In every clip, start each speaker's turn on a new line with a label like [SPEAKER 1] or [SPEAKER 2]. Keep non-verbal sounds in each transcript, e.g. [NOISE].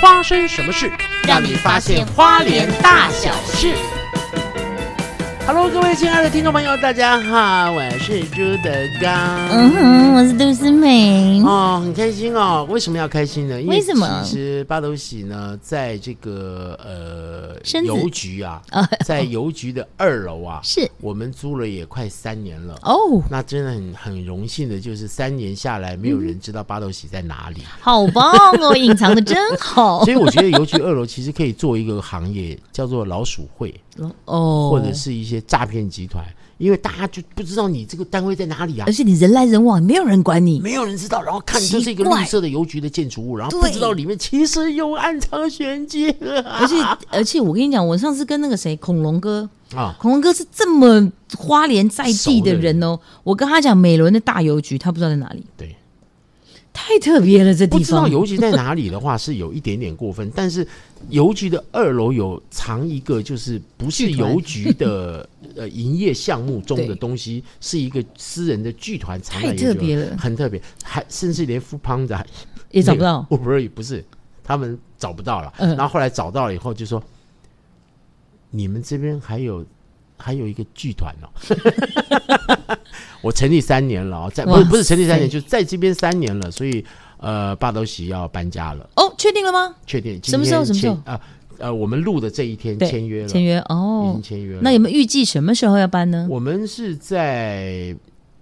[SPEAKER 1] 发生什么事，
[SPEAKER 2] 让你发现花莲大小事。
[SPEAKER 1] Hello，各位亲爱的听众朋友，大家好，我是朱德刚。
[SPEAKER 2] 嗯哼，我是杜思美。
[SPEAKER 1] 哦，很开心哦。为什么要开心呢？因
[SPEAKER 2] 为什么
[SPEAKER 1] 其实八斗喜呢，在这个呃
[SPEAKER 2] 身子
[SPEAKER 1] 邮局啊
[SPEAKER 2] 啊，
[SPEAKER 1] 在邮局的二楼啊，
[SPEAKER 2] [LAUGHS] 是
[SPEAKER 1] 我们租了也快三年了。
[SPEAKER 2] 哦，
[SPEAKER 1] 那真的很很荣幸的，就是三年下来，没有人知道八斗喜在哪里。
[SPEAKER 2] 好棒哦，隐藏的真
[SPEAKER 1] [LAUGHS]
[SPEAKER 2] 好
[SPEAKER 1] 所以我觉得邮局二楼其实可以做一个行业，叫做老鼠会，
[SPEAKER 2] 哦。
[SPEAKER 1] 或者，是一些诈骗集团，因为大家就不知道你这个单位在哪里啊
[SPEAKER 2] 而。且你人来人往，没有人
[SPEAKER 1] [LAUGHS]
[SPEAKER 2] 管你。
[SPEAKER 1] 没有人知道，然后看
[SPEAKER 2] 奇
[SPEAKER 1] 这
[SPEAKER 2] 怪
[SPEAKER 1] 是一个绿色的邮局的建筑物，然后不
[SPEAKER 2] 对
[SPEAKER 1] 知道里面其实有暗藏玄机
[SPEAKER 2] 而且而且，我跟你讲，我上次跟那个谁恐龙哥，
[SPEAKER 1] 啊！
[SPEAKER 2] 恐龙哥是这么花莲在地的人哦。我跟他讲美伦的大邮局，他不知道在哪里，
[SPEAKER 1] 对，
[SPEAKER 2] 太特别了，这
[SPEAKER 1] 不
[SPEAKER 2] 地
[SPEAKER 1] 知道
[SPEAKER 2] 方。
[SPEAKER 1] 邮局在哪里的话是有一点点过分， [LAUGHS] 但是邮局的二楼有藏一个就是不是
[SPEAKER 2] 剧团
[SPEAKER 1] 邮局
[SPEAKER 2] [LAUGHS]
[SPEAKER 1] 的呃营业项目中的
[SPEAKER 2] 对
[SPEAKER 1] 东西，是一个私人的剧团藏在
[SPEAKER 2] 太
[SPEAKER 1] 邮局
[SPEAKER 2] 特别了
[SPEAKER 1] 很特别，还甚至连富邦的
[SPEAKER 2] 也找不到。
[SPEAKER 1] 我不是不是，他们找不到了。
[SPEAKER 2] 嗯
[SPEAKER 1] 然后后来找到了以后，就说你们这边还有还有一个剧团
[SPEAKER 2] [LAUGHS]
[SPEAKER 1] 哦。我成立三年了哦，在不
[SPEAKER 2] 哇
[SPEAKER 1] 是不是成立三年，
[SPEAKER 2] 塞
[SPEAKER 1] 就在这边三年了，所以呃，霸斗喜要搬家了，
[SPEAKER 2] 哦，确定了吗？
[SPEAKER 1] 确定今
[SPEAKER 2] 什么时候
[SPEAKER 1] 天
[SPEAKER 2] 什么时
[SPEAKER 1] 签
[SPEAKER 2] 候
[SPEAKER 1] 呃呃，我们录的这一天
[SPEAKER 2] 对
[SPEAKER 1] 签约了，
[SPEAKER 2] 签约
[SPEAKER 1] 已
[SPEAKER 2] 哦
[SPEAKER 1] 经。签约了。
[SPEAKER 2] 那有没有预计什么时候要搬呢？
[SPEAKER 1] 我们是在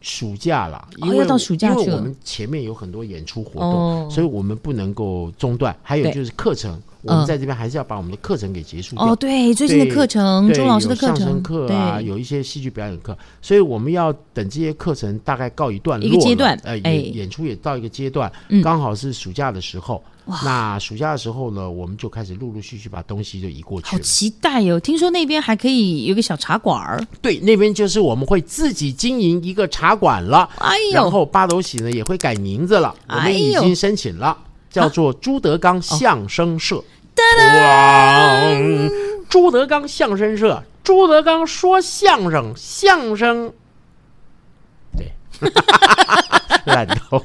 [SPEAKER 1] 暑假啦，
[SPEAKER 2] 哦
[SPEAKER 1] 因为
[SPEAKER 2] 要到暑假
[SPEAKER 1] 因为
[SPEAKER 2] 去了
[SPEAKER 1] 我们前面有很多演出活动，
[SPEAKER 2] 哦
[SPEAKER 1] 所以我们不能够中断。还有
[SPEAKER 2] 对
[SPEAKER 1] 就是课程，我们
[SPEAKER 2] 嗯
[SPEAKER 1] 在这边还是要把我们的课程给结束掉。
[SPEAKER 2] 哦，对，最近的
[SPEAKER 1] 对
[SPEAKER 2] 课程，
[SPEAKER 1] 对
[SPEAKER 2] 周老师的
[SPEAKER 1] 有
[SPEAKER 2] 课
[SPEAKER 1] 上
[SPEAKER 2] 程，
[SPEAKER 1] 声课啊，
[SPEAKER 2] 对，
[SPEAKER 1] 有一些戏剧表演课，所以我们要等这些课程大概告一段落
[SPEAKER 2] 一个阶
[SPEAKER 1] 了
[SPEAKER 2] 段
[SPEAKER 1] 呃，
[SPEAKER 2] 哎
[SPEAKER 1] 演演出也到一个阶段，
[SPEAKER 2] 嗯
[SPEAKER 1] 刚好是暑假的时候。那暑假的时候呢，我们就开始陆陆续续把东西就移过去
[SPEAKER 2] 好
[SPEAKER 1] 了。
[SPEAKER 2] 期待哟、听说那边还可以有个小茶馆儿，
[SPEAKER 1] 对，那边就是我们会自己经营一个茶馆了。
[SPEAKER 2] 哎
[SPEAKER 1] 然
[SPEAKER 2] 呦，
[SPEAKER 1] 后八斗喜呢也会改名字了，我
[SPEAKER 2] 哎
[SPEAKER 1] 们已
[SPEAKER 2] 呦啊
[SPEAKER 1] 经申请了，叫做朱德刚相声社。哇朱德刚相声社，朱德刚说相声，相声，对， [LAUGHS] 烂头，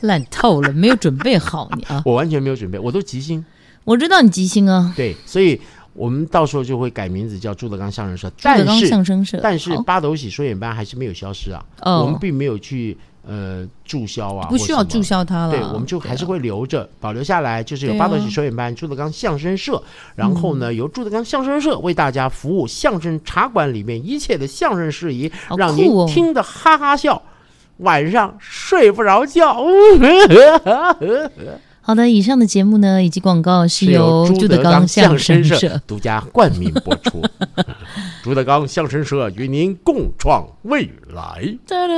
[SPEAKER 2] 烂透了，没有准备好你啊！ [LAUGHS]
[SPEAKER 1] 我完全没有准备，我都即兴。
[SPEAKER 2] 我知道你急性啊，
[SPEAKER 1] 对，所以我们到时候就会改名字叫朱德刚相声社，
[SPEAKER 2] 朱
[SPEAKER 1] 但
[SPEAKER 2] 德刚
[SPEAKER 1] 是
[SPEAKER 2] 相声社，
[SPEAKER 1] 但是
[SPEAKER 2] 好
[SPEAKER 1] 八斗喜说演班还是没有消失啊，
[SPEAKER 2] 哦
[SPEAKER 1] 我们并没有去呃注销啊，
[SPEAKER 2] 不需要注
[SPEAKER 1] 销。
[SPEAKER 2] 销它了，
[SPEAKER 1] 对，我们就还是会留着、保留下来，就是有
[SPEAKER 2] 嗯对
[SPEAKER 1] 八斗
[SPEAKER 2] 啊嗯
[SPEAKER 1] 喜首演班、朱德刚相声社，然后呢，由朱德刚相声社为大家服务相声茶馆里面一切的相声事宜，
[SPEAKER 2] 好
[SPEAKER 1] 让您
[SPEAKER 2] 酷哦
[SPEAKER 1] 听得哈哈笑，晚上睡不着
[SPEAKER 2] [LAUGHS]
[SPEAKER 1] 觉。
[SPEAKER 2] 啊好的。以上的节目呢，以及广告是
[SPEAKER 1] 是由
[SPEAKER 2] 朱
[SPEAKER 1] 德
[SPEAKER 2] 刚
[SPEAKER 1] 相
[SPEAKER 2] 声
[SPEAKER 1] [LAUGHS] 社，独家冠名播出。 [LAUGHS] 朱德刚相声社与您共创未来。
[SPEAKER 2] 哒哒，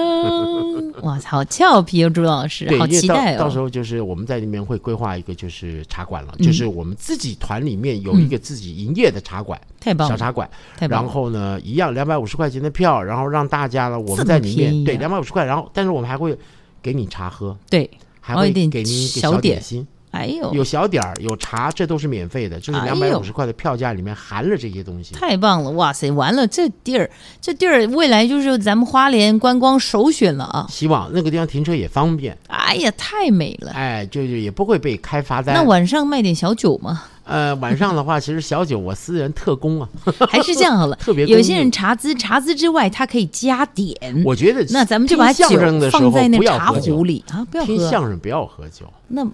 [SPEAKER 2] 哇，好俏皮哦，朱老师
[SPEAKER 1] 对，，
[SPEAKER 2] 好
[SPEAKER 1] 因为
[SPEAKER 2] 期
[SPEAKER 1] 到
[SPEAKER 2] 待
[SPEAKER 1] 到时
[SPEAKER 2] 哦。
[SPEAKER 1] 候就是我们在里面会规划一个就是茶馆了，
[SPEAKER 2] 嗯
[SPEAKER 1] 就是我们自己团里面有一个自己营业的茶馆，
[SPEAKER 2] 太嗯棒
[SPEAKER 1] 小
[SPEAKER 2] 了，
[SPEAKER 1] 茶馆。
[SPEAKER 2] 太棒
[SPEAKER 1] 然
[SPEAKER 2] 了！
[SPEAKER 1] 后呢，一样两百五十块钱的票，然后让大家呢我们在里
[SPEAKER 2] 这么便宜
[SPEAKER 1] 面
[SPEAKER 2] 啊
[SPEAKER 1] 对两百五十块，然后但是我们还会给你茶喝，
[SPEAKER 2] 对，
[SPEAKER 1] 还
[SPEAKER 2] 哦
[SPEAKER 1] 会
[SPEAKER 2] 有
[SPEAKER 1] 给
[SPEAKER 2] 点
[SPEAKER 1] 你一个
[SPEAKER 2] 小
[SPEAKER 1] 小点
[SPEAKER 2] 点
[SPEAKER 1] 心，
[SPEAKER 2] 哎呦，
[SPEAKER 1] 有小点儿有茶，这都是免费的，就是
[SPEAKER 2] 哎
[SPEAKER 1] 两百
[SPEAKER 2] 呦
[SPEAKER 1] 五十块的票价里面含了这些东西。
[SPEAKER 2] 太棒了！哇塞，完了，这地儿，这地儿未来就是咱们花莲观光首选了啊！
[SPEAKER 1] 希望那个地方停车也方便，
[SPEAKER 2] 哎呀，太美了。
[SPEAKER 1] 哎，就是也不会被开罚单。
[SPEAKER 2] 那晚上卖点小
[SPEAKER 1] [LAUGHS]
[SPEAKER 2] 酒嘛，
[SPEAKER 1] 呃晚上的话，其实小酒我私人特供啊，
[SPEAKER 2] 还是这样好了。
[SPEAKER 1] 特别公
[SPEAKER 2] 有些人
[SPEAKER 1] 益
[SPEAKER 2] 茶资，茶资之外，它可以加点。
[SPEAKER 1] 我觉得
[SPEAKER 2] 嗯那咱们就
[SPEAKER 1] 听
[SPEAKER 2] 把酒
[SPEAKER 1] 相声的时候
[SPEAKER 2] 放在那
[SPEAKER 1] 不要
[SPEAKER 2] 茶
[SPEAKER 1] 喝酒
[SPEAKER 2] 壶，里啊，不要
[SPEAKER 1] 听
[SPEAKER 2] 喝。
[SPEAKER 1] 相声不要喝酒，
[SPEAKER 2] 那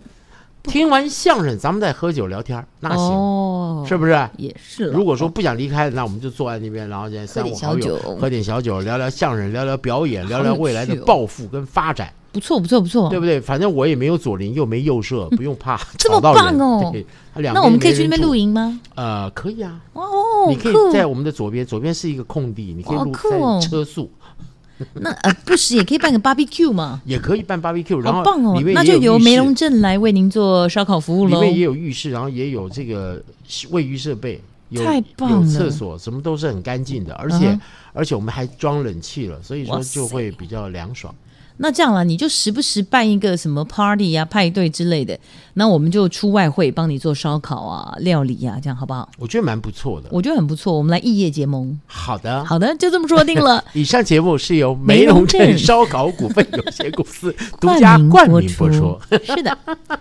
[SPEAKER 1] 听完相声咱们再喝酒聊天儿，那行、
[SPEAKER 2] 哦，
[SPEAKER 1] 是不是？
[SPEAKER 2] 也是了。
[SPEAKER 1] 如果说不想离开，那我们就坐在那边，然后现在三五好友
[SPEAKER 2] 喝点小酒
[SPEAKER 1] 喝点小酒，聊聊相声，聊聊表演，聊聊未来的
[SPEAKER 2] 好有趣哦
[SPEAKER 1] 抱负跟发展，
[SPEAKER 2] 不错，不错，不错
[SPEAKER 1] 对。不对？反正我也没有左邻，又没右舍，不用怕
[SPEAKER 2] 嗯 [LAUGHS] 这
[SPEAKER 1] 吵
[SPEAKER 2] 么
[SPEAKER 1] 到人。
[SPEAKER 2] 棒哦
[SPEAKER 1] 对两
[SPEAKER 2] 那我们可以去
[SPEAKER 1] 没人
[SPEAKER 2] 那边
[SPEAKER 1] 住
[SPEAKER 2] 露营吗？
[SPEAKER 1] 呃，可以啊，
[SPEAKER 2] 哇哦
[SPEAKER 1] 你，可以
[SPEAKER 2] 酷！
[SPEAKER 1] 在我们的左边，左边是一个空地，你可以
[SPEAKER 2] 哇
[SPEAKER 1] 录
[SPEAKER 2] 酷哦
[SPEAKER 1] 在车速，
[SPEAKER 2] 那呃，不时也可以办个 barbecue 嘛，
[SPEAKER 1] 也可以办 barbecue，然
[SPEAKER 2] 好
[SPEAKER 1] 后
[SPEAKER 2] 棒哦
[SPEAKER 1] 里！面
[SPEAKER 2] 那
[SPEAKER 1] 也
[SPEAKER 2] 就
[SPEAKER 1] 有
[SPEAKER 2] 由
[SPEAKER 1] 浴
[SPEAKER 2] 梅
[SPEAKER 1] 室
[SPEAKER 2] 龙镇来为您做烧烤服务
[SPEAKER 1] 里
[SPEAKER 2] 喽。
[SPEAKER 1] 面也有浴室，然后也有这个卫浴设备，有
[SPEAKER 2] 太棒
[SPEAKER 1] 有
[SPEAKER 2] 了
[SPEAKER 1] 厕所，什么都是很干净的，而且、
[SPEAKER 2] 嗯哼
[SPEAKER 1] 而且我们还装冷气了，所以说
[SPEAKER 2] 哇塞
[SPEAKER 1] 就会比较凉爽。
[SPEAKER 2] 那这样啦，你就时不时办一个什么 party 啊、派对之类的，那我们就出外汇帮你做烧烤啊、料理啊，这样好不好？
[SPEAKER 1] 我觉得蛮不错的。
[SPEAKER 2] 我觉得很不错，我们来异业结盟。
[SPEAKER 1] 好的，。
[SPEAKER 2] 好的，就这么说定了
[SPEAKER 1] [LAUGHS] 以上节目是由
[SPEAKER 2] 梅
[SPEAKER 1] 梅
[SPEAKER 2] 龙
[SPEAKER 1] 龙镇
[SPEAKER 2] 镇
[SPEAKER 1] 烧烤股份有限公司独家冠名播出。
[SPEAKER 2] [LAUGHS] 是的，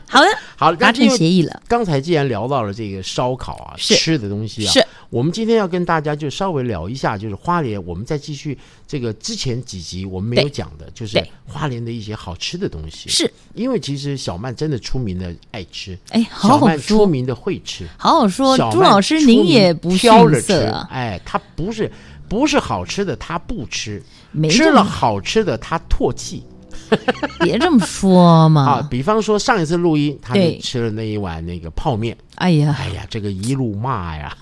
[SPEAKER 2] 好
[SPEAKER 1] [LAUGHS]
[SPEAKER 2] 的，
[SPEAKER 1] 好，
[SPEAKER 2] 达
[SPEAKER 1] 那
[SPEAKER 2] 成
[SPEAKER 1] 因
[SPEAKER 2] 协
[SPEAKER 1] 为
[SPEAKER 2] 议了。
[SPEAKER 1] 刚才既然聊到了这个烧烤啊，
[SPEAKER 2] 是
[SPEAKER 1] 吃的东西啊，
[SPEAKER 2] 是
[SPEAKER 1] 我们今天要跟大家就稍微聊一下，就是花莲，我们再继续这个之前几集我们没有
[SPEAKER 2] 对
[SPEAKER 1] 讲的，就是
[SPEAKER 2] 对
[SPEAKER 1] 花莲的一些好吃的东西。
[SPEAKER 2] 是，
[SPEAKER 1] 因为其实小曼真的出名的爱吃，
[SPEAKER 2] 哎，
[SPEAKER 1] 小
[SPEAKER 2] 好好
[SPEAKER 1] 曼出
[SPEAKER 2] 说，
[SPEAKER 1] 名的会吃。
[SPEAKER 2] 好好说
[SPEAKER 1] 小，
[SPEAKER 2] 朱
[SPEAKER 1] 曼
[SPEAKER 2] 老师
[SPEAKER 1] 出
[SPEAKER 2] 您
[SPEAKER 1] 名
[SPEAKER 2] 也不
[SPEAKER 1] 挑
[SPEAKER 2] 逊
[SPEAKER 1] 着吃
[SPEAKER 2] 色啊，
[SPEAKER 1] 哎，她不是不是好吃的，她不吃，
[SPEAKER 2] 没
[SPEAKER 1] 吃
[SPEAKER 2] 这
[SPEAKER 1] 了
[SPEAKER 2] 么
[SPEAKER 1] 好吃的她唾弃
[SPEAKER 2] [LAUGHS] 别这么说
[SPEAKER 1] 啊
[SPEAKER 2] 嘛。。
[SPEAKER 1] 比方说上一次录音，她就
[SPEAKER 2] 对
[SPEAKER 1] 吃了那一碗那个泡面，
[SPEAKER 2] 哎呀，
[SPEAKER 1] 哎呀，这个一路骂呀，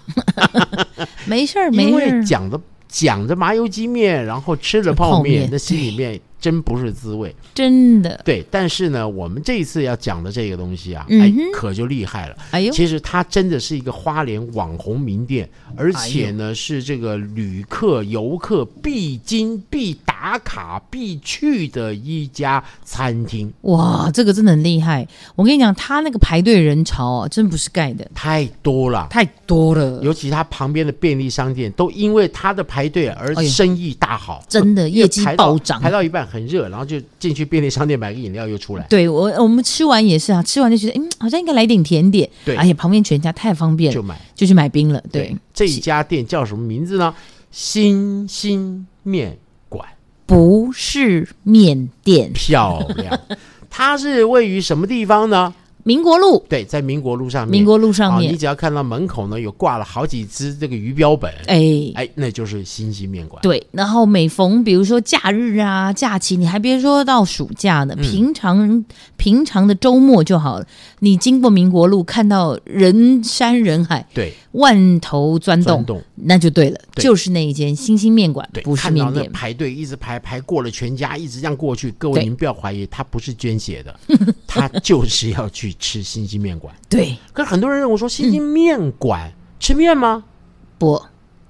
[SPEAKER 2] 没事儿， [LAUGHS] 没
[SPEAKER 1] 因
[SPEAKER 2] 事
[SPEAKER 1] 为
[SPEAKER 2] 儿。
[SPEAKER 1] 讲的讲着麻油鸡面，然后吃着泡
[SPEAKER 2] 泡面
[SPEAKER 1] 那心里面真不是滋味。
[SPEAKER 2] 真的，
[SPEAKER 1] 对，但是呢，我们这一次要讲的这个东西啊，哎
[SPEAKER 2] 嗯哼，
[SPEAKER 1] 可就厉害了。
[SPEAKER 2] 哎呦，
[SPEAKER 1] 其实它真的是一个花莲网红名店，而且
[SPEAKER 2] 哎
[SPEAKER 1] 呢、是这个旅客、游客必经、必打卡、必去的一家餐厅，
[SPEAKER 2] 哇，这个真的很厉害。我跟你讲，他那个排队人潮啊，真不是盖的，
[SPEAKER 1] 太多了。
[SPEAKER 2] 太多了，
[SPEAKER 1] 尤其它旁边的便利商店都因为它的排队而
[SPEAKER 2] 哎呦
[SPEAKER 1] 生意大好，呃
[SPEAKER 2] 真的业绩
[SPEAKER 1] 排到
[SPEAKER 2] 暴涨
[SPEAKER 1] 排。到一半很热，然后就进去便利商店买个饮料又出来，
[SPEAKER 2] 对我，我们吃完也是啊，吃完就觉得，嗯，好像应该来点甜点。
[SPEAKER 1] 对
[SPEAKER 2] 哎呀，旁边全家太方便
[SPEAKER 1] 就
[SPEAKER 2] 了，
[SPEAKER 1] 买。
[SPEAKER 2] 就去买冰了。对，
[SPEAKER 1] 这一家店叫什么名字呢？新新面馆。
[SPEAKER 2] 不是面店，
[SPEAKER 1] 漂
[SPEAKER 2] [LAUGHS]
[SPEAKER 1] 亮。它是位于什么地方呢？
[SPEAKER 2] 民国路，
[SPEAKER 1] 对，在民国路上面。
[SPEAKER 2] 民国路上
[SPEAKER 1] 啊，
[SPEAKER 2] 面
[SPEAKER 1] 你，只要看到门口呢有挂了好几只这个鱼标本，
[SPEAKER 2] 哎。
[SPEAKER 1] 哎，那就是新兴面馆。
[SPEAKER 2] 对，然后每逢比如说假日啊、假期，你还别说到暑假
[SPEAKER 1] 嗯
[SPEAKER 2] 呢，平常平常的周末就好了。你经过民国路，看到人山人海，
[SPEAKER 1] 对，
[SPEAKER 2] 万头钻
[SPEAKER 1] 钻
[SPEAKER 2] 动，
[SPEAKER 1] 洞。
[SPEAKER 2] 那就对了，
[SPEAKER 1] 对
[SPEAKER 2] 就是那一间星星面馆
[SPEAKER 1] 对，，
[SPEAKER 2] 不是
[SPEAKER 1] 看到
[SPEAKER 2] 面
[SPEAKER 1] 那
[SPEAKER 2] 店。
[SPEAKER 1] 排队一直排排过了全家，一直这样过去。各位
[SPEAKER 2] 对
[SPEAKER 1] 您不要怀疑，他不是捐血
[SPEAKER 2] [LAUGHS]
[SPEAKER 1] 的，他就是要去吃新兴面馆。
[SPEAKER 2] 对，
[SPEAKER 1] 可是很多人认为说新兴面馆、吃面吗？
[SPEAKER 2] 不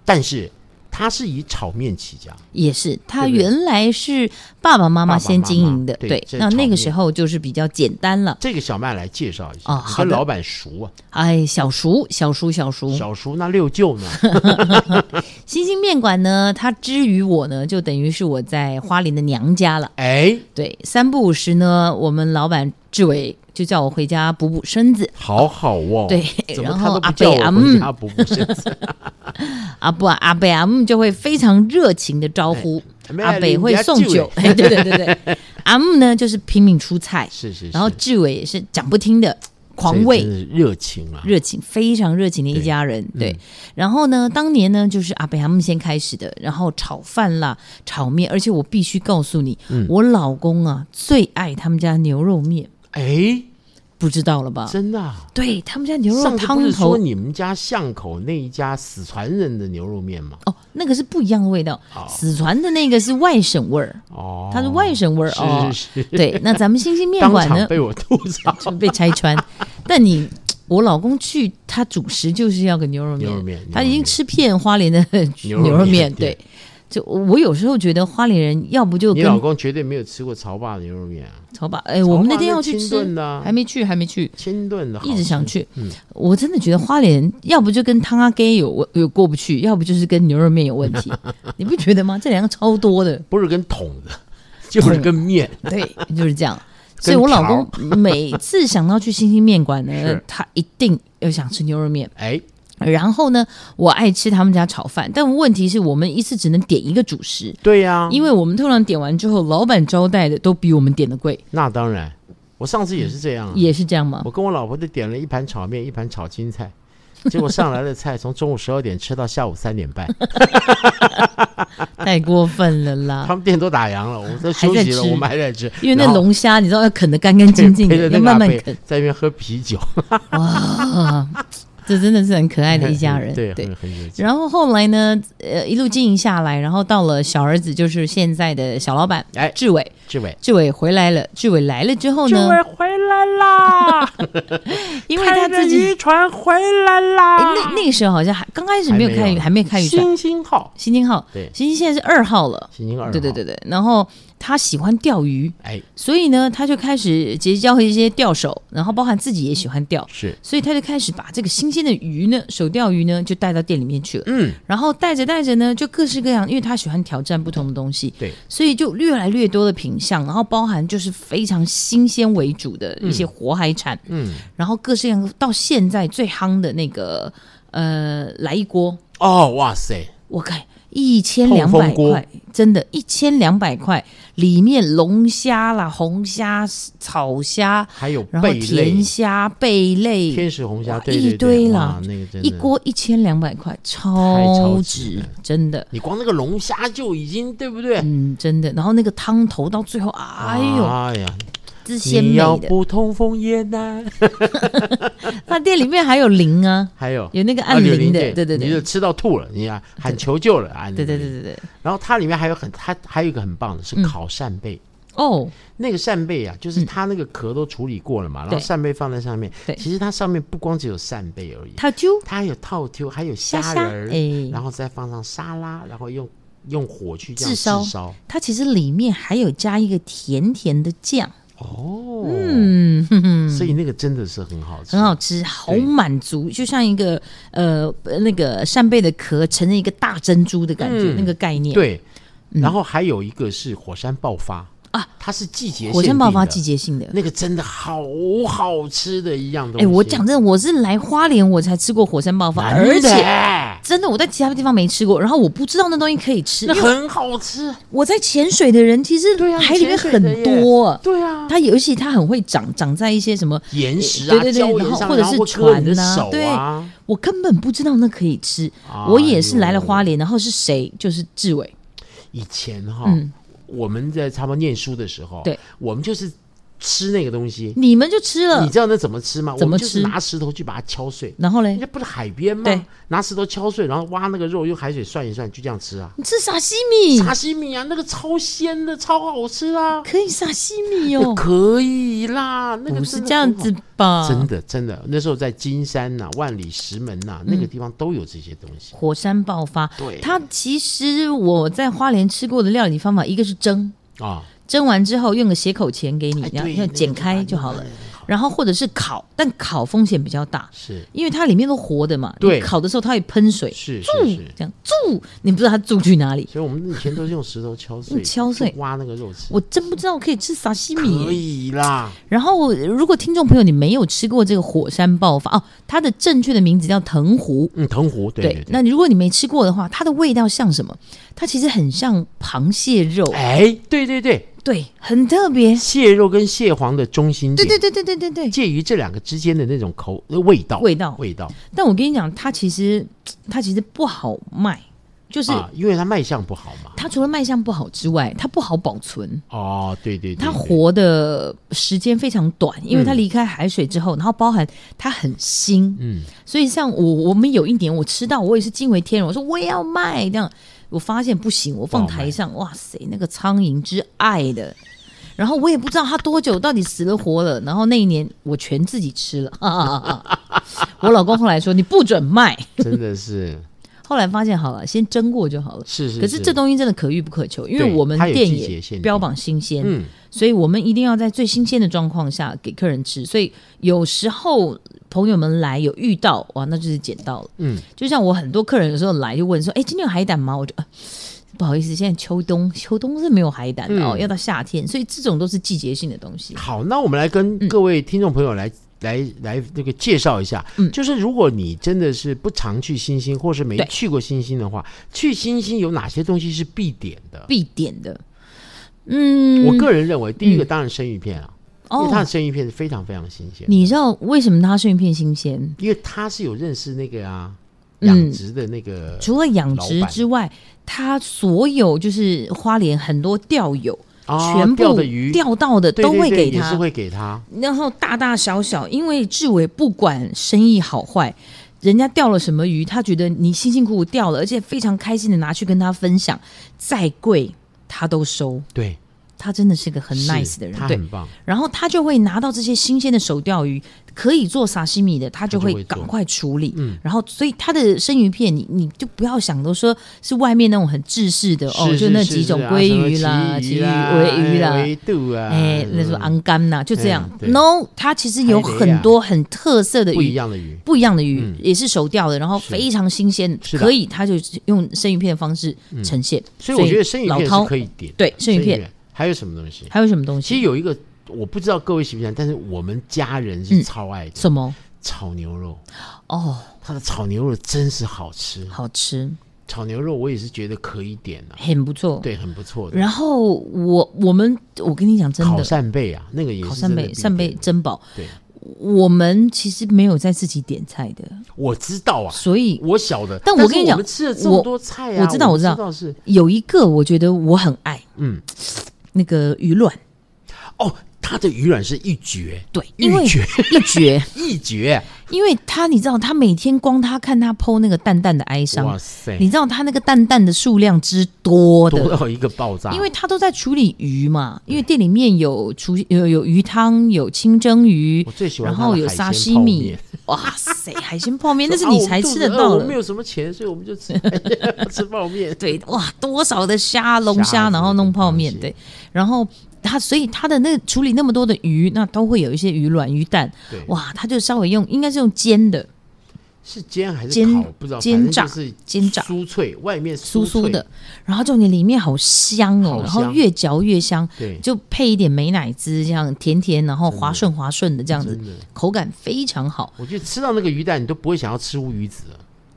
[SPEAKER 1] 但是它是以炒面起家，
[SPEAKER 2] 也是，他
[SPEAKER 1] 对不对
[SPEAKER 2] 原来是爸
[SPEAKER 1] 爸
[SPEAKER 2] 爸妈
[SPEAKER 1] 爸
[SPEAKER 2] 妈
[SPEAKER 1] 妈
[SPEAKER 2] 先
[SPEAKER 1] 妈
[SPEAKER 2] 经营的，
[SPEAKER 1] 对这
[SPEAKER 2] 那
[SPEAKER 1] 炒
[SPEAKER 2] 那个
[SPEAKER 1] 面
[SPEAKER 2] 时候就是比较简单了。
[SPEAKER 1] 这个小麦来介绍一下，
[SPEAKER 2] 哦
[SPEAKER 1] 你
[SPEAKER 2] 好
[SPEAKER 1] 跟
[SPEAKER 2] 的嗯
[SPEAKER 1] 老板熟啊？
[SPEAKER 2] 哎，小叔，小叔，小叔，
[SPEAKER 1] 小叔那六舅
[SPEAKER 2] [LAUGHS]
[SPEAKER 1] 呢？
[SPEAKER 2] 星星面馆呢，它之于我呢，就等于是我在花莲的娘家了。
[SPEAKER 1] 哎，
[SPEAKER 2] 对，三不五时呢，我们老板志伟就叫我回家补补身子。
[SPEAKER 1] 好好哦。
[SPEAKER 2] 对
[SPEAKER 1] 怎么
[SPEAKER 2] 然
[SPEAKER 1] 他都
[SPEAKER 2] 后
[SPEAKER 1] 不
[SPEAKER 2] 阿啊嗯
[SPEAKER 1] 叫
[SPEAKER 2] 贝
[SPEAKER 1] 我
[SPEAKER 2] 阿
[SPEAKER 1] 回
[SPEAKER 2] 姆
[SPEAKER 1] 家补补身
[SPEAKER 2] [LAUGHS]
[SPEAKER 1] 子？
[SPEAKER 2] 阿布啊阿贝阿姆就会非常热情的招呼，
[SPEAKER 1] 哎
[SPEAKER 2] 阿贝会送酒。， [LAUGHS] 哎，对对对对，阿姆呢就是拼命出菜，
[SPEAKER 1] [LAUGHS] 是是是。
[SPEAKER 2] 然后志伟也是讲不听的
[SPEAKER 1] 这
[SPEAKER 2] 狂
[SPEAKER 1] 个
[SPEAKER 2] 喂
[SPEAKER 1] 真。是热情啊！
[SPEAKER 2] 热情非常热情的一
[SPEAKER 1] 对嗯
[SPEAKER 2] 家人，对。然后呢，当年呢就是阿贝他们先开始的，然后炒饭啦、炒面，而且我必须告诉你，
[SPEAKER 1] 嗯
[SPEAKER 2] 我老公啊最爱他们家牛肉面，
[SPEAKER 1] 哎，
[SPEAKER 2] 不知道了吧？
[SPEAKER 1] 真的啊。
[SPEAKER 2] 对他们家牛肉
[SPEAKER 1] 上次不
[SPEAKER 2] 汤
[SPEAKER 1] 是
[SPEAKER 2] 头
[SPEAKER 1] 说你们家巷口那一家四川人的牛肉面吗？
[SPEAKER 2] 哦，那个是不一样的味道。
[SPEAKER 1] 哦
[SPEAKER 2] 四川的那个是外省味儿，
[SPEAKER 1] 哦，
[SPEAKER 2] 它是外省味儿哦
[SPEAKER 1] 是。是是，
[SPEAKER 2] 对，那咱们星星面
[SPEAKER 1] 当
[SPEAKER 2] 馆
[SPEAKER 1] 场
[SPEAKER 2] 呢
[SPEAKER 1] 被我吐槽
[SPEAKER 2] 就被拆穿， [LAUGHS] 但你。我老公去，他主食就是要个牛肉面，
[SPEAKER 1] 牛肉面
[SPEAKER 2] 他
[SPEAKER 1] 牛肉
[SPEAKER 2] 已经
[SPEAKER 1] 面
[SPEAKER 2] 吃遍花莲的
[SPEAKER 1] [LAUGHS] 牛
[SPEAKER 2] 牛
[SPEAKER 1] 肉面
[SPEAKER 2] 肉面。
[SPEAKER 1] 对
[SPEAKER 2] 对，就我有时候觉得花莲人要不就
[SPEAKER 1] 你
[SPEAKER 2] 跟
[SPEAKER 1] 老公绝对没有吃过潮爸的牛肉面啊，
[SPEAKER 2] 曹爸，哎，我们那天要去
[SPEAKER 1] 清炖
[SPEAKER 2] 吃，
[SPEAKER 1] 的啊，
[SPEAKER 2] 还没去，还没去，
[SPEAKER 1] 清炖的好吃，
[SPEAKER 2] 一直想去。
[SPEAKER 1] 嗯
[SPEAKER 2] 我真的觉得花莲要不就跟汤阿给有有过不去，要不就是跟牛肉面有问
[SPEAKER 1] [LAUGHS]
[SPEAKER 2] 题，你不觉得吗？这两个超多的。
[SPEAKER 1] 不是跟桶的，就是跟面。
[SPEAKER 2] 对，就是这样。
[SPEAKER 1] 跟
[SPEAKER 2] 所以我老
[SPEAKER 1] 条儿
[SPEAKER 2] 公每次想到去星星面馆呢
[SPEAKER 1] [LAUGHS] 是，
[SPEAKER 2] 他一定要想吃牛肉面。
[SPEAKER 1] 哎，
[SPEAKER 2] 然后呢，我爱吃他们家炒饭，但问题是我们一次只能点一个主食，
[SPEAKER 1] 对呀、
[SPEAKER 2] 因为我们通常点完之后，老板招待的都比我们点的贵，
[SPEAKER 1] 那当然，我上次也是这样、啊，
[SPEAKER 2] 也是这样吗？
[SPEAKER 1] 我跟我老婆就点了一盘炒面，一盘炒青
[SPEAKER 2] [LAUGHS]
[SPEAKER 1] 菜，结果上来的菜从中午十二点吃到下午三点半，
[SPEAKER 2] 太过分了啦！
[SPEAKER 1] 他们店都打烊了，我们都休息了，
[SPEAKER 2] 啊还在吃
[SPEAKER 1] 我们还在吃，
[SPEAKER 2] 因为那
[SPEAKER 1] 然后
[SPEAKER 2] 龙虾，你知道要啃得干
[SPEAKER 1] [LAUGHS]
[SPEAKER 2] 干净净
[SPEAKER 1] 陪
[SPEAKER 2] 的，
[SPEAKER 1] 着那
[SPEAKER 2] 要
[SPEAKER 1] 个
[SPEAKER 2] 慢慢
[SPEAKER 1] 阿伯
[SPEAKER 2] 啃。
[SPEAKER 1] 在那边喝啤酒，
[SPEAKER 2] 哇，这真的是很可爱的一
[SPEAKER 1] [LAUGHS]
[SPEAKER 2] 家人。
[SPEAKER 1] 对，嗯很很热情。
[SPEAKER 2] 然后后来呢，呃，一路经营下来，然后到了小儿子，就是现在的小老板，
[SPEAKER 1] 哎
[SPEAKER 2] 志伟，
[SPEAKER 1] 志伟，
[SPEAKER 2] 志伟回来了。志伟来了之后
[SPEAKER 1] 志
[SPEAKER 2] 呢，
[SPEAKER 1] 伟回来
[SPEAKER 2] [LAUGHS]
[SPEAKER 1] 啦，
[SPEAKER 2] 因为他
[SPEAKER 1] 开着
[SPEAKER 2] 自己
[SPEAKER 1] 渔船回来
[SPEAKER 2] 哎
[SPEAKER 1] 啦。
[SPEAKER 2] 那那个时候好像还刚开始没有
[SPEAKER 1] 还
[SPEAKER 2] 开
[SPEAKER 1] 没
[SPEAKER 2] 鱼，
[SPEAKER 1] 有
[SPEAKER 2] 还没有开渔船。
[SPEAKER 1] 星星号，
[SPEAKER 2] 新星号，
[SPEAKER 1] 对
[SPEAKER 2] 新星现在是二号了，
[SPEAKER 1] 星星二号，
[SPEAKER 2] 对对对对。然后他喜欢钓鱼，
[SPEAKER 1] 哎，
[SPEAKER 2] 所以呢，他就开始结交一些钓手，然后包含自己也喜欢钓，
[SPEAKER 1] 是，
[SPEAKER 2] 所以他就开始把这个新鲜的鱼呢，手钓鱼呢，就带到店里面去了。
[SPEAKER 1] 嗯，
[SPEAKER 2] 然后带着带着呢，就各式各样，因为他喜欢挑战不同的东西，
[SPEAKER 1] 对，
[SPEAKER 2] 所以就越来越多的品相，然后包含就是非常新鲜为主的一些活海产，
[SPEAKER 1] 嗯，
[SPEAKER 2] 然后各式各样到现在最夯的那个呃来一锅，
[SPEAKER 1] 哦，哇塞，
[SPEAKER 2] 我看一千两百
[SPEAKER 1] 痛风锅
[SPEAKER 2] 块，真的，一千两百块，里面龙虾啦、红虾、草虾，
[SPEAKER 1] 还有
[SPEAKER 2] 然后
[SPEAKER 1] 贝类
[SPEAKER 2] 甜、虾、贝类，
[SPEAKER 1] 天使红虾，
[SPEAKER 2] 哇
[SPEAKER 1] 对
[SPEAKER 2] 一
[SPEAKER 1] 对
[SPEAKER 2] 堆
[SPEAKER 1] 对，
[SPEAKER 2] 啦
[SPEAKER 1] 哇，那个真的
[SPEAKER 2] 一。锅一千两百块，
[SPEAKER 1] 超
[SPEAKER 2] 超
[SPEAKER 1] 值
[SPEAKER 2] 值
[SPEAKER 1] 了，
[SPEAKER 2] 真的。
[SPEAKER 1] 你光那个龙虾就已经对不对？
[SPEAKER 2] 嗯，真的。然后那个汤头到最后，哎呦，
[SPEAKER 1] 哎呀，
[SPEAKER 2] 之鲜
[SPEAKER 1] 你
[SPEAKER 2] 美
[SPEAKER 1] 要
[SPEAKER 2] 的。
[SPEAKER 1] 不通风也难。 [LAUGHS]
[SPEAKER 2] 饭店里面还有零啊，
[SPEAKER 1] 还有
[SPEAKER 2] 有那个
[SPEAKER 1] 二
[SPEAKER 2] 按
[SPEAKER 1] 九
[SPEAKER 2] 铃
[SPEAKER 1] 零
[SPEAKER 2] 的，对对
[SPEAKER 1] 你就
[SPEAKER 2] 对，
[SPEAKER 1] 吃到吐了，你啊喊求救了啊！
[SPEAKER 2] 对对
[SPEAKER 1] 对。
[SPEAKER 2] 对对对。
[SPEAKER 1] 然后它里面还有很，它还有一个很棒的是
[SPEAKER 2] 嗯
[SPEAKER 1] 烤扇贝。
[SPEAKER 2] 哦，
[SPEAKER 1] 那个扇贝啊，就是它那个壳都处理过了嘛，然后
[SPEAKER 2] 对
[SPEAKER 1] 扇贝放在上面。
[SPEAKER 2] 对
[SPEAKER 1] 其实它上面不光只有扇贝而已，
[SPEAKER 2] 他就
[SPEAKER 1] 它还有套丢，还有虾仁
[SPEAKER 2] 虾虾，
[SPEAKER 1] 儿，然
[SPEAKER 2] 哎，
[SPEAKER 1] 后再放上沙拉，然后用用火去这样
[SPEAKER 2] 炙烧
[SPEAKER 1] 烧。
[SPEAKER 2] 它其实里面还有加一个甜甜的酱，
[SPEAKER 1] 哦，
[SPEAKER 2] 嗯，哼哼。
[SPEAKER 1] 所以那个真的是很好吃，
[SPEAKER 2] 很好吃，好
[SPEAKER 1] 对
[SPEAKER 2] 满足，就像一个呃那个扇贝的壳成了一个大珍珠的感觉，
[SPEAKER 1] 嗯
[SPEAKER 2] 那个概念。，
[SPEAKER 1] 对。然后还有一个是火山爆发
[SPEAKER 2] 嗯啊，
[SPEAKER 1] 它是季节
[SPEAKER 2] 火山爆发
[SPEAKER 1] 限定的
[SPEAKER 2] 季节性的。
[SPEAKER 1] 那个真的好好吃的一样东西。
[SPEAKER 2] 哎、我讲真的，我是来花莲我才吃过火山爆发，
[SPEAKER 1] 难得，
[SPEAKER 2] 而且真的我在其他地方没吃过，然后我不知道那东西可以吃，
[SPEAKER 1] 那
[SPEAKER 2] 因为
[SPEAKER 1] 很好吃，
[SPEAKER 2] 我在潜水的人其实
[SPEAKER 1] 对啊
[SPEAKER 2] 海里面
[SPEAKER 1] 潜水的耶
[SPEAKER 2] 很多啊。
[SPEAKER 1] 对啊，
[SPEAKER 2] 它尤其它很会长，长在一些什么？
[SPEAKER 1] 岩石啊，
[SPEAKER 2] 对对对
[SPEAKER 1] 礁
[SPEAKER 2] 然
[SPEAKER 1] 岩
[SPEAKER 2] 后
[SPEAKER 1] 上，
[SPEAKER 2] 或者
[SPEAKER 1] 然后
[SPEAKER 2] 是
[SPEAKER 1] 会割你的
[SPEAKER 2] 船啊
[SPEAKER 1] 手
[SPEAKER 2] 对
[SPEAKER 1] 啊。
[SPEAKER 2] 我根本不知道那可以吃。
[SPEAKER 1] 哎
[SPEAKER 2] 我也是来了花
[SPEAKER 1] 呦，
[SPEAKER 2] 莲，然后是谁？就是志伟，
[SPEAKER 1] 以前哈，
[SPEAKER 2] 嗯
[SPEAKER 1] 我们在差不多念书的时候，
[SPEAKER 2] 对，
[SPEAKER 1] 我们就是吃那个东西，
[SPEAKER 2] 你们就吃
[SPEAKER 1] 你
[SPEAKER 2] 了，
[SPEAKER 1] 知道那怎么吃吗？
[SPEAKER 2] 嗯怎么
[SPEAKER 1] 我们就是
[SPEAKER 2] 吃
[SPEAKER 1] 拿石头去把它敲碎。
[SPEAKER 2] 然后嘞
[SPEAKER 1] 人家，不是海边吗
[SPEAKER 2] 对？
[SPEAKER 1] 拿石头敲碎，然后挖那个肉，用海水涮一涮，就这样吃啊。
[SPEAKER 2] 你吃沙西米，
[SPEAKER 1] 沙西米啊，那个超鲜的，超好吃啊！
[SPEAKER 2] 可以沙西米哦，
[SPEAKER 1] 可以啦，那个
[SPEAKER 2] 不哦是
[SPEAKER 1] 真的
[SPEAKER 2] 这样
[SPEAKER 1] 很好
[SPEAKER 2] 子吧？
[SPEAKER 1] 真的真的，那时候在金山呐、万里石门呐、那个
[SPEAKER 2] 嗯
[SPEAKER 1] 地方都有这些东西。
[SPEAKER 2] 火山爆发，
[SPEAKER 1] 对，
[SPEAKER 2] 它其实我在花莲吃过的料理方法，一个是蒸，
[SPEAKER 1] 啊，
[SPEAKER 2] 蒸完之后用个斜口钳给你
[SPEAKER 1] 哎，
[SPEAKER 2] 然后
[SPEAKER 1] 对
[SPEAKER 2] 要
[SPEAKER 1] 那个
[SPEAKER 2] 剪
[SPEAKER 1] 地方
[SPEAKER 2] 开
[SPEAKER 1] 那
[SPEAKER 2] 就
[SPEAKER 1] 个
[SPEAKER 2] 好了
[SPEAKER 1] 很。好
[SPEAKER 2] 然后或者是烤，但烤风险比较大，
[SPEAKER 1] 是
[SPEAKER 2] 因为它里面都活的嘛。
[SPEAKER 1] 对
[SPEAKER 2] 你烤的时候它会喷水，
[SPEAKER 1] 是
[SPEAKER 2] 住
[SPEAKER 1] 是是，
[SPEAKER 2] 这样住，你不知道它住去哪里。
[SPEAKER 1] 所以我们以前都是用石头敲碎，
[SPEAKER 2] 用敲碎
[SPEAKER 1] 去挖那个肉吃，
[SPEAKER 2] 我真不知道我可以吃沙西
[SPEAKER 1] 可
[SPEAKER 2] 米。
[SPEAKER 1] 以啊啦。
[SPEAKER 2] 然后，呃如果听众朋友你没有吃过这个火山爆发哦，它的正确的名字叫藤壶，
[SPEAKER 1] 嗯，藤壶，对对。
[SPEAKER 2] 那你如果你没吃过的话，它的味道像什么？它其实很像螃蟹肉，
[SPEAKER 1] 哎，对对对，
[SPEAKER 2] 对，很特别。
[SPEAKER 1] 蟹肉跟蟹黄的中心
[SPEAKER 2] 对
[SPEAKER 1] 点，
[SPEAKER 2] 对对对对对对。
[SPEAKER 1] 介于这两个之间的那种口呃味道，
[SPEAKER 2] 味道
[SPEAKER 1] 味道
[SPEAKER 2] 但我跟你讲，它其实它其实不好卖，就是、
[SPEAKER 1] 啊，因为它卖相不好嘛。
[SPEAKER 2] 它除了卖相不好之外，它不好保存。
[SPEAKER 1] 哦，对对对，嗯
[SPEAKER 2] 它
[SPEAKER 1] 对
[SPEAKER 2] 活的时间非常短，因为它离开海水之后，然后包含它很腥，
[SPEAKER 1] 嗯，
[SPEAKER 2] 所以像我我们有一年我吃到，我也是惊为天人，我说我也要卖这样，我发现不行，我放台上，哇塞，那个苍蝇之爱的，然后我也不知道它多久到底死了活了，然后那一年我全自己吃了， [LAUGHS] 哈哈哈哈我老公后来说你不准卖，
[SPEAKER 1] 真的是
[SPEAKER 2] 后来发现好了，先蒸过就好了。
[SPEAKER 1] 是是。
[SPEAKER 2] [LAUGHS] 可是这东西真的可遇不可求，因为
[SPEAKER 1] 对
[SPEAKER 2] 我们
[SPEAKER 1] 它有
[SPEAKER 2] 店
[SPEAKER 1] 季节
[SPEAKER 2] 也
[SPEAKER 1] 限定
[SPEAKER 2] 标榜新鲜，
[SPEAKER 1] 嗯
[SPEAKER 2] 所以我们一定要在最新鲜的状况下给客人吃。所以有时候朋友们来有遇到，哇，那就是捡到了。
[SPEAKER 1] 嗯，
[SPEAKER 2] 就像我很多客人有时候来就问说：“哎，今天有海胆吗？”我就、呃 [LAUGHS] 不好意思，现在秋冬，秋冬是没有海胆的、哦，要到夏天，所以这种都是季节性的东西。
[SPEAKER 1] 嗯好，那我们来跟
[SPEAKER 2] 嗯
[SPEAKER 1] 各位听众朋友来、来来那个介绍一下，就是如果你真的是不常去新兴，或是没
[SPEAKER 2] 嗯对
[SPEAKER 1] 去过新兴的话，去新兴有哪些东西是必点的？
[SPEAKER 2] 必点的，嗯，
[SPEAKER 1] 我个人认为，第一个当然生鱼片啊，因为它的
[SPEAKER 2] 哦，
[SPEAKER 1] 生鱼片是非常非常新鲜，
[SPEAKER 2] 你知道为什么它生鱼片新鲜？
[SPEAKER 1] 因为它是有认识那个啊
[SPEAKER 2] 嗯
[SPEAKER 1] 养殖的那个，
[SPEAKER 2] 除了养殖
[SPEAKER 1] 老板
[SPEAKER 2] 之外，它所有就是花莲很多钓友，
[SPEAKER 1] 啊
[SPEAKER 2] 全
[SPEAKER 1] 钓
[SPEAKER 2] 部
[SPEAKER 1] 的鱼
[SPEAKER 2] 钓到的
[SPEAKER 1] 对
[SPEAKER 2] 都
[SPEAKER 1] 对
[SPEAKER 2] 会
[SPEAKER 1] 对
[SPEAKER 2] 给
[SPEAKER 1] 也是
[SPEAKER 2] 他，
[SPEAKER 1] 会给它，
[SPEAKER 2] 然后大大小小，因为志伟不管生意好坏，人家钓了什么鱼，他觉得你辛辛苦苦钓了，而且非常开心的拿去跟他分享，再贵他都收。
[SPEAKER 1] 对，
[SPEAKER 2] 他真的是个很
[SPEAKER 1] 是
[SPEAKER 2] nice 的人，
[SPEAKER 1] 他
[SPEAKER 2] 对
[SPEAKER 1] 很。棒，
[SPEAKER 2] 然后他就会拿到这些新鲜的手钓鱼，可以做沙西米的，他就
[SPEAKER 1] 他就
[SPEAKER 2] 会
[SPEAKER 1] 会做
[SPEAKER 2] 赶快处理。
[SPEAKER 1] 嗯
[SPEAKER 2] 然后所以他的生鱼片，你你就不要想都说是外面那种很制式的哦，
[SPEAKER 1] 是
[SPEAKER 2] 就是那
[SPEAKER 1] 是
[SPEAKER 2] 几
[SPEAKER 1] 是
[SPEAKER 2] 种
[SPEAKER 1] 啊
[SPEAKER 2] 鲑
[SPEAKER 1] 什么
[SPEAKER 2] 鱼啦、
[SPEAKER 1] 旗
[SPEAKER 2] 鲫鱼、
[SPEAKER 1] 啦
[SPEAKER 2] 尾
[SPEAKER 1] 哎
[SPEAKER 2] 鱼啦。
[SPEAKER 1] 维度啊，
[SPEAKER 2] 哎，那
[SPEAKER 1] 什
[SPEAKER 2] 什么
[SPEAKER 1] 么
[SPEAKER 2] 昂干呐，就这样
[SPEAKER 1] 嗯。对
[SPEAKER 2] no，它其实有很多很特色的
[SPEAKER 1] 不一
[SPEAKER 2] 鱼，
[SPEAKER 1] 样的鱼，
[SPEAKER 2] 不一样的鱼
[SPEAKER 1] 嗯
[SPEAKER 2] 也是手钓的，然后
[SPEAKER 1] 是
[SPEAKER 2] 非常新鲜，
[SPEAKER 1] 是的嗯
[SPEAKER 2] 可以它就用生鱼片的方式呈现。
[SPEAKER 1] 所以我觉得生鱼
[SPEAKER 2] 老
[SPEAKER 1] 片
[SPEAKER 2] 饕
[SPEAKER 1] 是可以点，
[SPEAKER 2] 对生鱼片嗯
[SPEAKER 1] 片还有什么东西？
[SPEAKER 2] 还有什么东
[SPEAKER 1] 其实
[SPEAKER 2] 西？
[SPEAKER 1] 有一个我不知道各位喜不喜欢，但是我们家人
[SPEAKER 2] 嗯
[SPEAKER 1] 是超爱的、
[SPEAKER 2] 什么？
[SPEAKER 1] 炒牛肉，
[SPEAKER 2] 哦，
[SPEAKER 1] 它的炒牛肉真是好吃。
[SPEAKER 2] 好吃，
[SPEAKER 1] 炒牛肉我也是觉得可以点啊，
[SPEAKER 2] 很不错。
[SPEAKER 1] 对，很不错的。
[SPEAKER 2] 然后我我们我跟你讲真
[SPEAKER 1] 烤
[SPEAKER 2] 的，
[SPEAKER 1] 扇贝啊，那个也是
[SPEAKER 2] 烤扇
[SPEAKER 1] 真的
[SPEAKER 2] 贝
[SPEAKER 1] 必
[SPEAKER 2] 扇贝
[SPEAKER 1] 点
[SPEAKER 2] 珍宝，
[SPEAKER 1] 对，
[SPEAKER 2] 我们其实没有在自己点菜的，
[SPEAKER 1] 我知道啊，
[SPEAKER 2] 所以
[SPEAKER 1] 我晓得。
[SPEAKER 2] 但我
[SPEAKER 1] 我
[SPEAKER 2] 跟你讲
[SPEAKER 1] 们吃了这么多菜啊，
[SPEAKER 2] 我知道
[SPEAKER 1] 我
[SPEAKER 2] 我知道
[SPEAKER 1] 道是
[SPEAKER 2] 有一个我觉得我很爱
[SPEAKER 1] 嗯
[SPEAKER 2] 那个鱼卵，
[SPEAKER 1] 哦，它的鱼卵是一绝，
[SPEAKER 2] 对，因为
[SPEAKER 1] 一绝，
[SPEAKER 2] 一绝。
[SPEAKER 1] 一绝，
[SPEAKER 2] 因为他，你知道，他每天光他看他剖那个蛋蛋的哀
[SPEAKER 1] 哇
[SPEAKER 2] 伤，
[SPEAKER 1] 塞，
[SPEAKER 2] 你知道他那个蛋蛋的数量之多
[SPEAKER 1] 多
[SPEAKER 2] 的，
[SPEAKER 1] 到一个爆炸，
[SPEAKER 2] 因为他都在处理鱼嘛，因为店里面有厨有有鱼汤，有清蒸鱼
[SPEAKER 1] 我，最喜欢
[SPEAKER 2] 然
[SPEAKER 1] 它的
[SPEAKER 2] 后有
[SPEAKER 1] 海
[SPEAKER 2] 沙
[SPEAKER 1] 鲜
[SPEAKER 2] 西
[SPEAKER 1] 泡
[SPEAKER 2] 米
[SPEAKER 1] 面，
[SPEAKER 2] 哇塞，海鲜
[SPEAKER 1] [LAUGHS]
[SPEAKER 2] 泡面那是
[SPEAKER 1] 说啊
[SPEAKER 2] 你
[SPEAKER 1] 我们
[SPEAKER 2] 才
[SPEAKER 1] 肚
[SPEAKER 2] 吃
[SPEAKER 1] 子
[SPEAKER 2] 得
[SPEAKER 1] 饿
[SPEAKER 2] 到
[SPEAKER 1] 我们
[SPEAKER 2] 的
[SPEAKER 1] 没，有什么钱，所以我们就吃 [LAUGHS] 吃泡面。
[SPEAKER 2] 对，哇，多少的虾龙虾，
[SPEAKER 1] 虾子
[SPEAKER 2] 然后弄泡面，
[SPEAKER 1] 跟螃蟹
[SPEAKER 2] 对，然后他所以他的那个处理那么多的鱼，那都会有一些鱼卵鱼蛋，
[SPEAKER 1] 对，
[SPEAKER 2] 哇，他就稍微用应该是用煎的，
[SPEAKER 1] 是煎还是
[SPEAKER 2] 煎
[SPEAKER 1] 烤？不知道，
[SPEAKER 2] 煎
[SPEAKER 1] 反
[SPEAKER 2] 炸
[SPEAKER 1] 正就是
[SPEAKER 2] 煎炸
[SPEAKER 1] 酥脆，外面酥
[SPEAKER 2] 酥
[SPEAKER 1] 脆
[SPEAKER 2] 酥的，，然后重点里面好香哦，
[SPEAKER 1] 好
[SPEAKER 2] 然后
[SPEAKER 1] 香
[SPEAKER 2] 越嚼越香，
[SPEAKER 1] 对，
[SPEAKER 2] 就配一点美乃滋，这样甜甜，然后滑顺滑顺的这样子
[SPEAKER 1] 真的，
[SPEAKER 2] 口感非常好。
[SPEAKER 1] 我觉得吃到那个鱼蛋，你都不会想要吃乌鱼子了。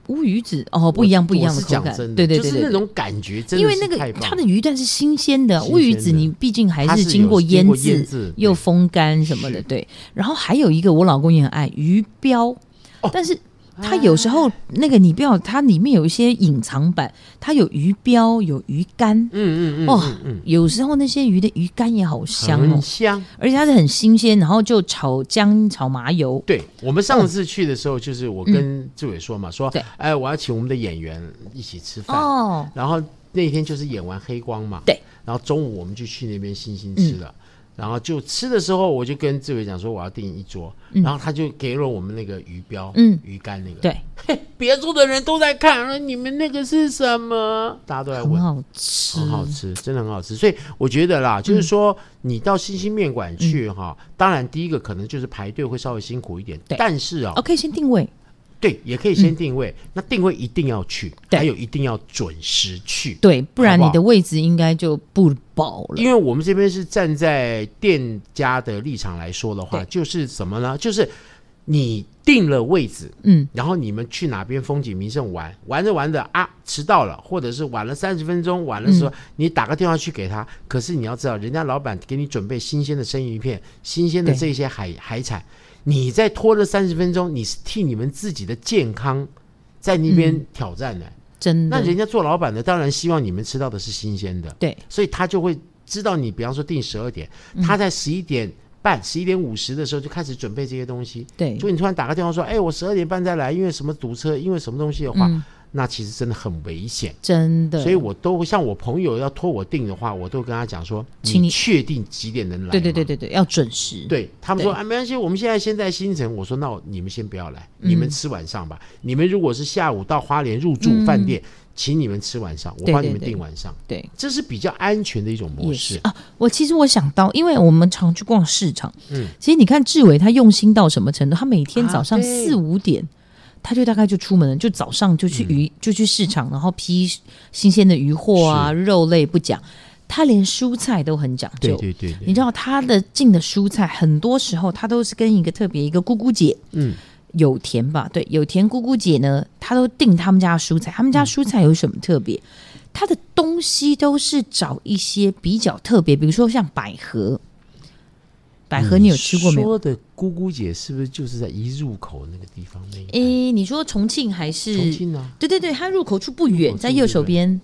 [SPEAKER 2] 乌鱼子哦，不一样不一
[SPEAKER 1] 我
[SPEAKER 2] 样的
[SPEAKER 1] 是
[SPEAKER 2] 口
[SPEAKER 1] 讲
[SPEAKER 2] 感，
[SPEAKER 1] 真的
[SPEAKER 2] 对对对
[SPEAKER 1] 就是那
[SPEAKER 2] 对。
[SPEAKER 1] 种感觉，真的
[SPEAKER 2] 因为
[SPEAKER 1] 是
[SPEAKER 2] 那个
[SPEAKER 1] 太棒
[SPEAKER 2] 它的鱼蛋是新鲜的，
[SPEAKER 1] 新鲜
[SPEAKER 2] 乌鱼子
[SPEAKER 1] 的
[SPEAKER 2] 你毕竟还
[SPEAKER 1] 它是有
[SPEAKER 2] 经过
[SPEAKER 1] 经过
[SPEAKER 2] 腌
[SPEAKER 1] 腌制
[SPEAKER 2] 又
[SPEAKER 1] 对
[SPEAKER 2] 风干什么的，对。然后还有一个我老公也很爱鱼标，
[SPEAKER 1] 哦
[SPEAKER 2] 但是它有时
[SPEAKER 1] 啊
[SPEAKER 2] 候那个你不要，它里面有一些隐藏版，它有鱼标有鱼干，
[SPEAKER 1] 嗯嗯嗯
[SPEAKER 2] 哦
[SPEAKER 1] 嗯嗯，
[SPEAKER 2] 有时候那些鱼的鱼干也好香哦
[SPEAKER 1] 很，香。
[SPEAKER 2] 而且它是很新鲜，然后就炒姜、炒麻油，
[SPEAKER 1] 对我们上次去的时候，就是我跟志伟说嘛，说
[SPEAKER 2] 嗯对
[SPEAKER 1] 哎，我要请我们的演员一起吃饭，
[SPEAKER 2] 哦，
[SPEAKER 1] 然后那天就是演完黑光嘛，
[SPEAKER 2] 对，嗯
[SPEAKER 1] 然后中午我们就去那边星星吃了。然后就吃的时候，我就跟志伟讲说我要订一桌，然后他就给了我们那个鱼标，
[SPEAKER 2] 嗯
[SPEAKER 1] 鱼干那个，
[SPEAKER 2] 对，
[SPEAKER 1] 别桌的人都在看，说你们那个是什么？大家都在
[SPEAKER 2] 很
[SPEAKER 1] 问，
[SPEAKER 2] 好吃，嗯
[SPEAKER 1] 很好吃，真的很好吃。所以我觉得啦，就是说你到星星面馆去哈，当然第一个可能就是排队会稍微辛苦一点，
[SPEAKER 2] 对
[SPEAKER 1] 但是啊
[SPEAKER 2] 哦，，可以先定位，
[SPEAKER 1] 对，也可以先定位。那定位一定要去，
[SPEAKER 2] 对
[SPEAKER 1] 还有一定要准时去。
[SPEAKER 2] 对，不然
[SPEAKER 1] 好不
[SPEAKER 2] 你
[SPEAKER 1] 好
[SPEAKER 2] 的位置应该就不保了。
[SPEAKER 1] 因为我们这边是站在店家的立场来说的话，
[SPEAKER 2] 对
[SPEAKER 1] 就是什么呢？就是你定了位置，
[SPEAKER 2] 嗯，
[SPEAKER 1] 然后你们去哪边风景名胜玩，玩着玩着啊，迟到了，或者是晚了三十分钟，晚的时候、
[SPEAKER 2] 嗯
[SPEAKER 1] 你打个电话去给他。可是你要知道，人家老板给你准备新鲜的生鱼片，新鲜的
[SPEAKER 2] 对
[SPEAKER 1] 这些海海产，你再拖了三十分钟，你是替你们自己的健康在那
[SPEAKER 2] 嗯
[SPEAKER 1] 边挑战的。
[SPEAKER 2] 真
[SPEAKER 1] 那
[SPEAKER 2] 的，
[SPEAKER 1] 人家做老板的当然希望你们吃到的是新鲜的，
[SPEAKER 2] 对，
[SPEAKER 1] 所以他就会知道你，比方说定十二点，
[SPEAKER 2] 嗯
[SPEAKER 1] 他在十一点半、十一点五十的时候就开始准备这些东西。
[SPEAKER 2] 对，
[SPEAKER 1] 就你突然打个电话说，哎，我十二点半再来，因为什么堵车，因为什么东西的话，
[SPEAKER 2] 嗯
[SPEAKER 1] 那其实真的很危险。
[SPEAKER 2] 真的，
[SPEAKER 1] 所以我都像我朋友要托我订的话，我都跟他讲说，
[SPEAKER 2] 请你
[SPEAKER 1] 你确定几点能来吗？
[SPEAKER 2] 对对对对对，要准时，
[SPEAKER 1] 对他们说
[SPEAKER 2] 对
[SPEAKER 1] 啊，没关系，我们现在先在新城。我说那你们先不要来，
[SPEAKER 2] 嗯
[SPEAKER 1] 你们吃晚上吧。你们如果是下午到花莲入住饭店，请你们吃晚上，我
[SPEAKER 2] 嗯对
[SPEAKER 1] 帮
[SPEAKER 2] 对
[SPEAKER 1] 你们
[SPEAKER 2] 对
[SPEAKER 1] 订晚上，
[SPEAKER 2] 对，
[SPEAKER 1] 这是比较安全的一种模
[SPEAKER 2] 也是
[SPEAKER 1] 式。
[SPEAKER 2] 啊。我其实我想到，因为我们常去逛市场，
[SPEAKER 1] 嗯，
[SPEAKER 2] 其实你看志伟他用心到什么程度，他每天
[SPEAKER 1] 啊
[SPEAKER 2] 早上
[SPEAKER 1] 对
[SPEAKER 2] 四五点。他就大概就出门了，就早上
[SPEAKER 1] 嗯
[SPEAKER 2] 就去鱼，就去市场，然后批新鲜的鱼货啊、肉类不讲，他连蔬菜都很讲
[SPEAKER 1] 对
[SPEAKER 2] 究。
[SPEAKER 1] 对对
[SPEAKER 2] 你
[SPEAKER 1] 对，
[SPEAKER 2] 知道他的进的蔬菜，很多时候他都是跟一个特别一个姑姑姐，
[SPEAKER 1] 嗯，
[SPEAKER 2] 有田吧？对，有田姑姑姐呢，她都订他们家的蔬菜。他们家蔬菜有什么特别？她的东西都是找一些比较特别，比如说像百合。百合你有吃过没
[SPEAKER 1] 嗯
[SPEAKER 2] 有？
[SPEAKER 1] 说的姑姑姐是不是就是在一入口那个地方那一带？
[SPEAKER 2] 诶，你说重庆还是？
[SPEAKER 1] 重庆啊，
[SPEAKER 2] 对对对，它入口处不
[SPEAKER 1] 入口
[SPEAKER 2] 远，
[SPEAKER 1] 处
[SPEAKER 2] 在右手边。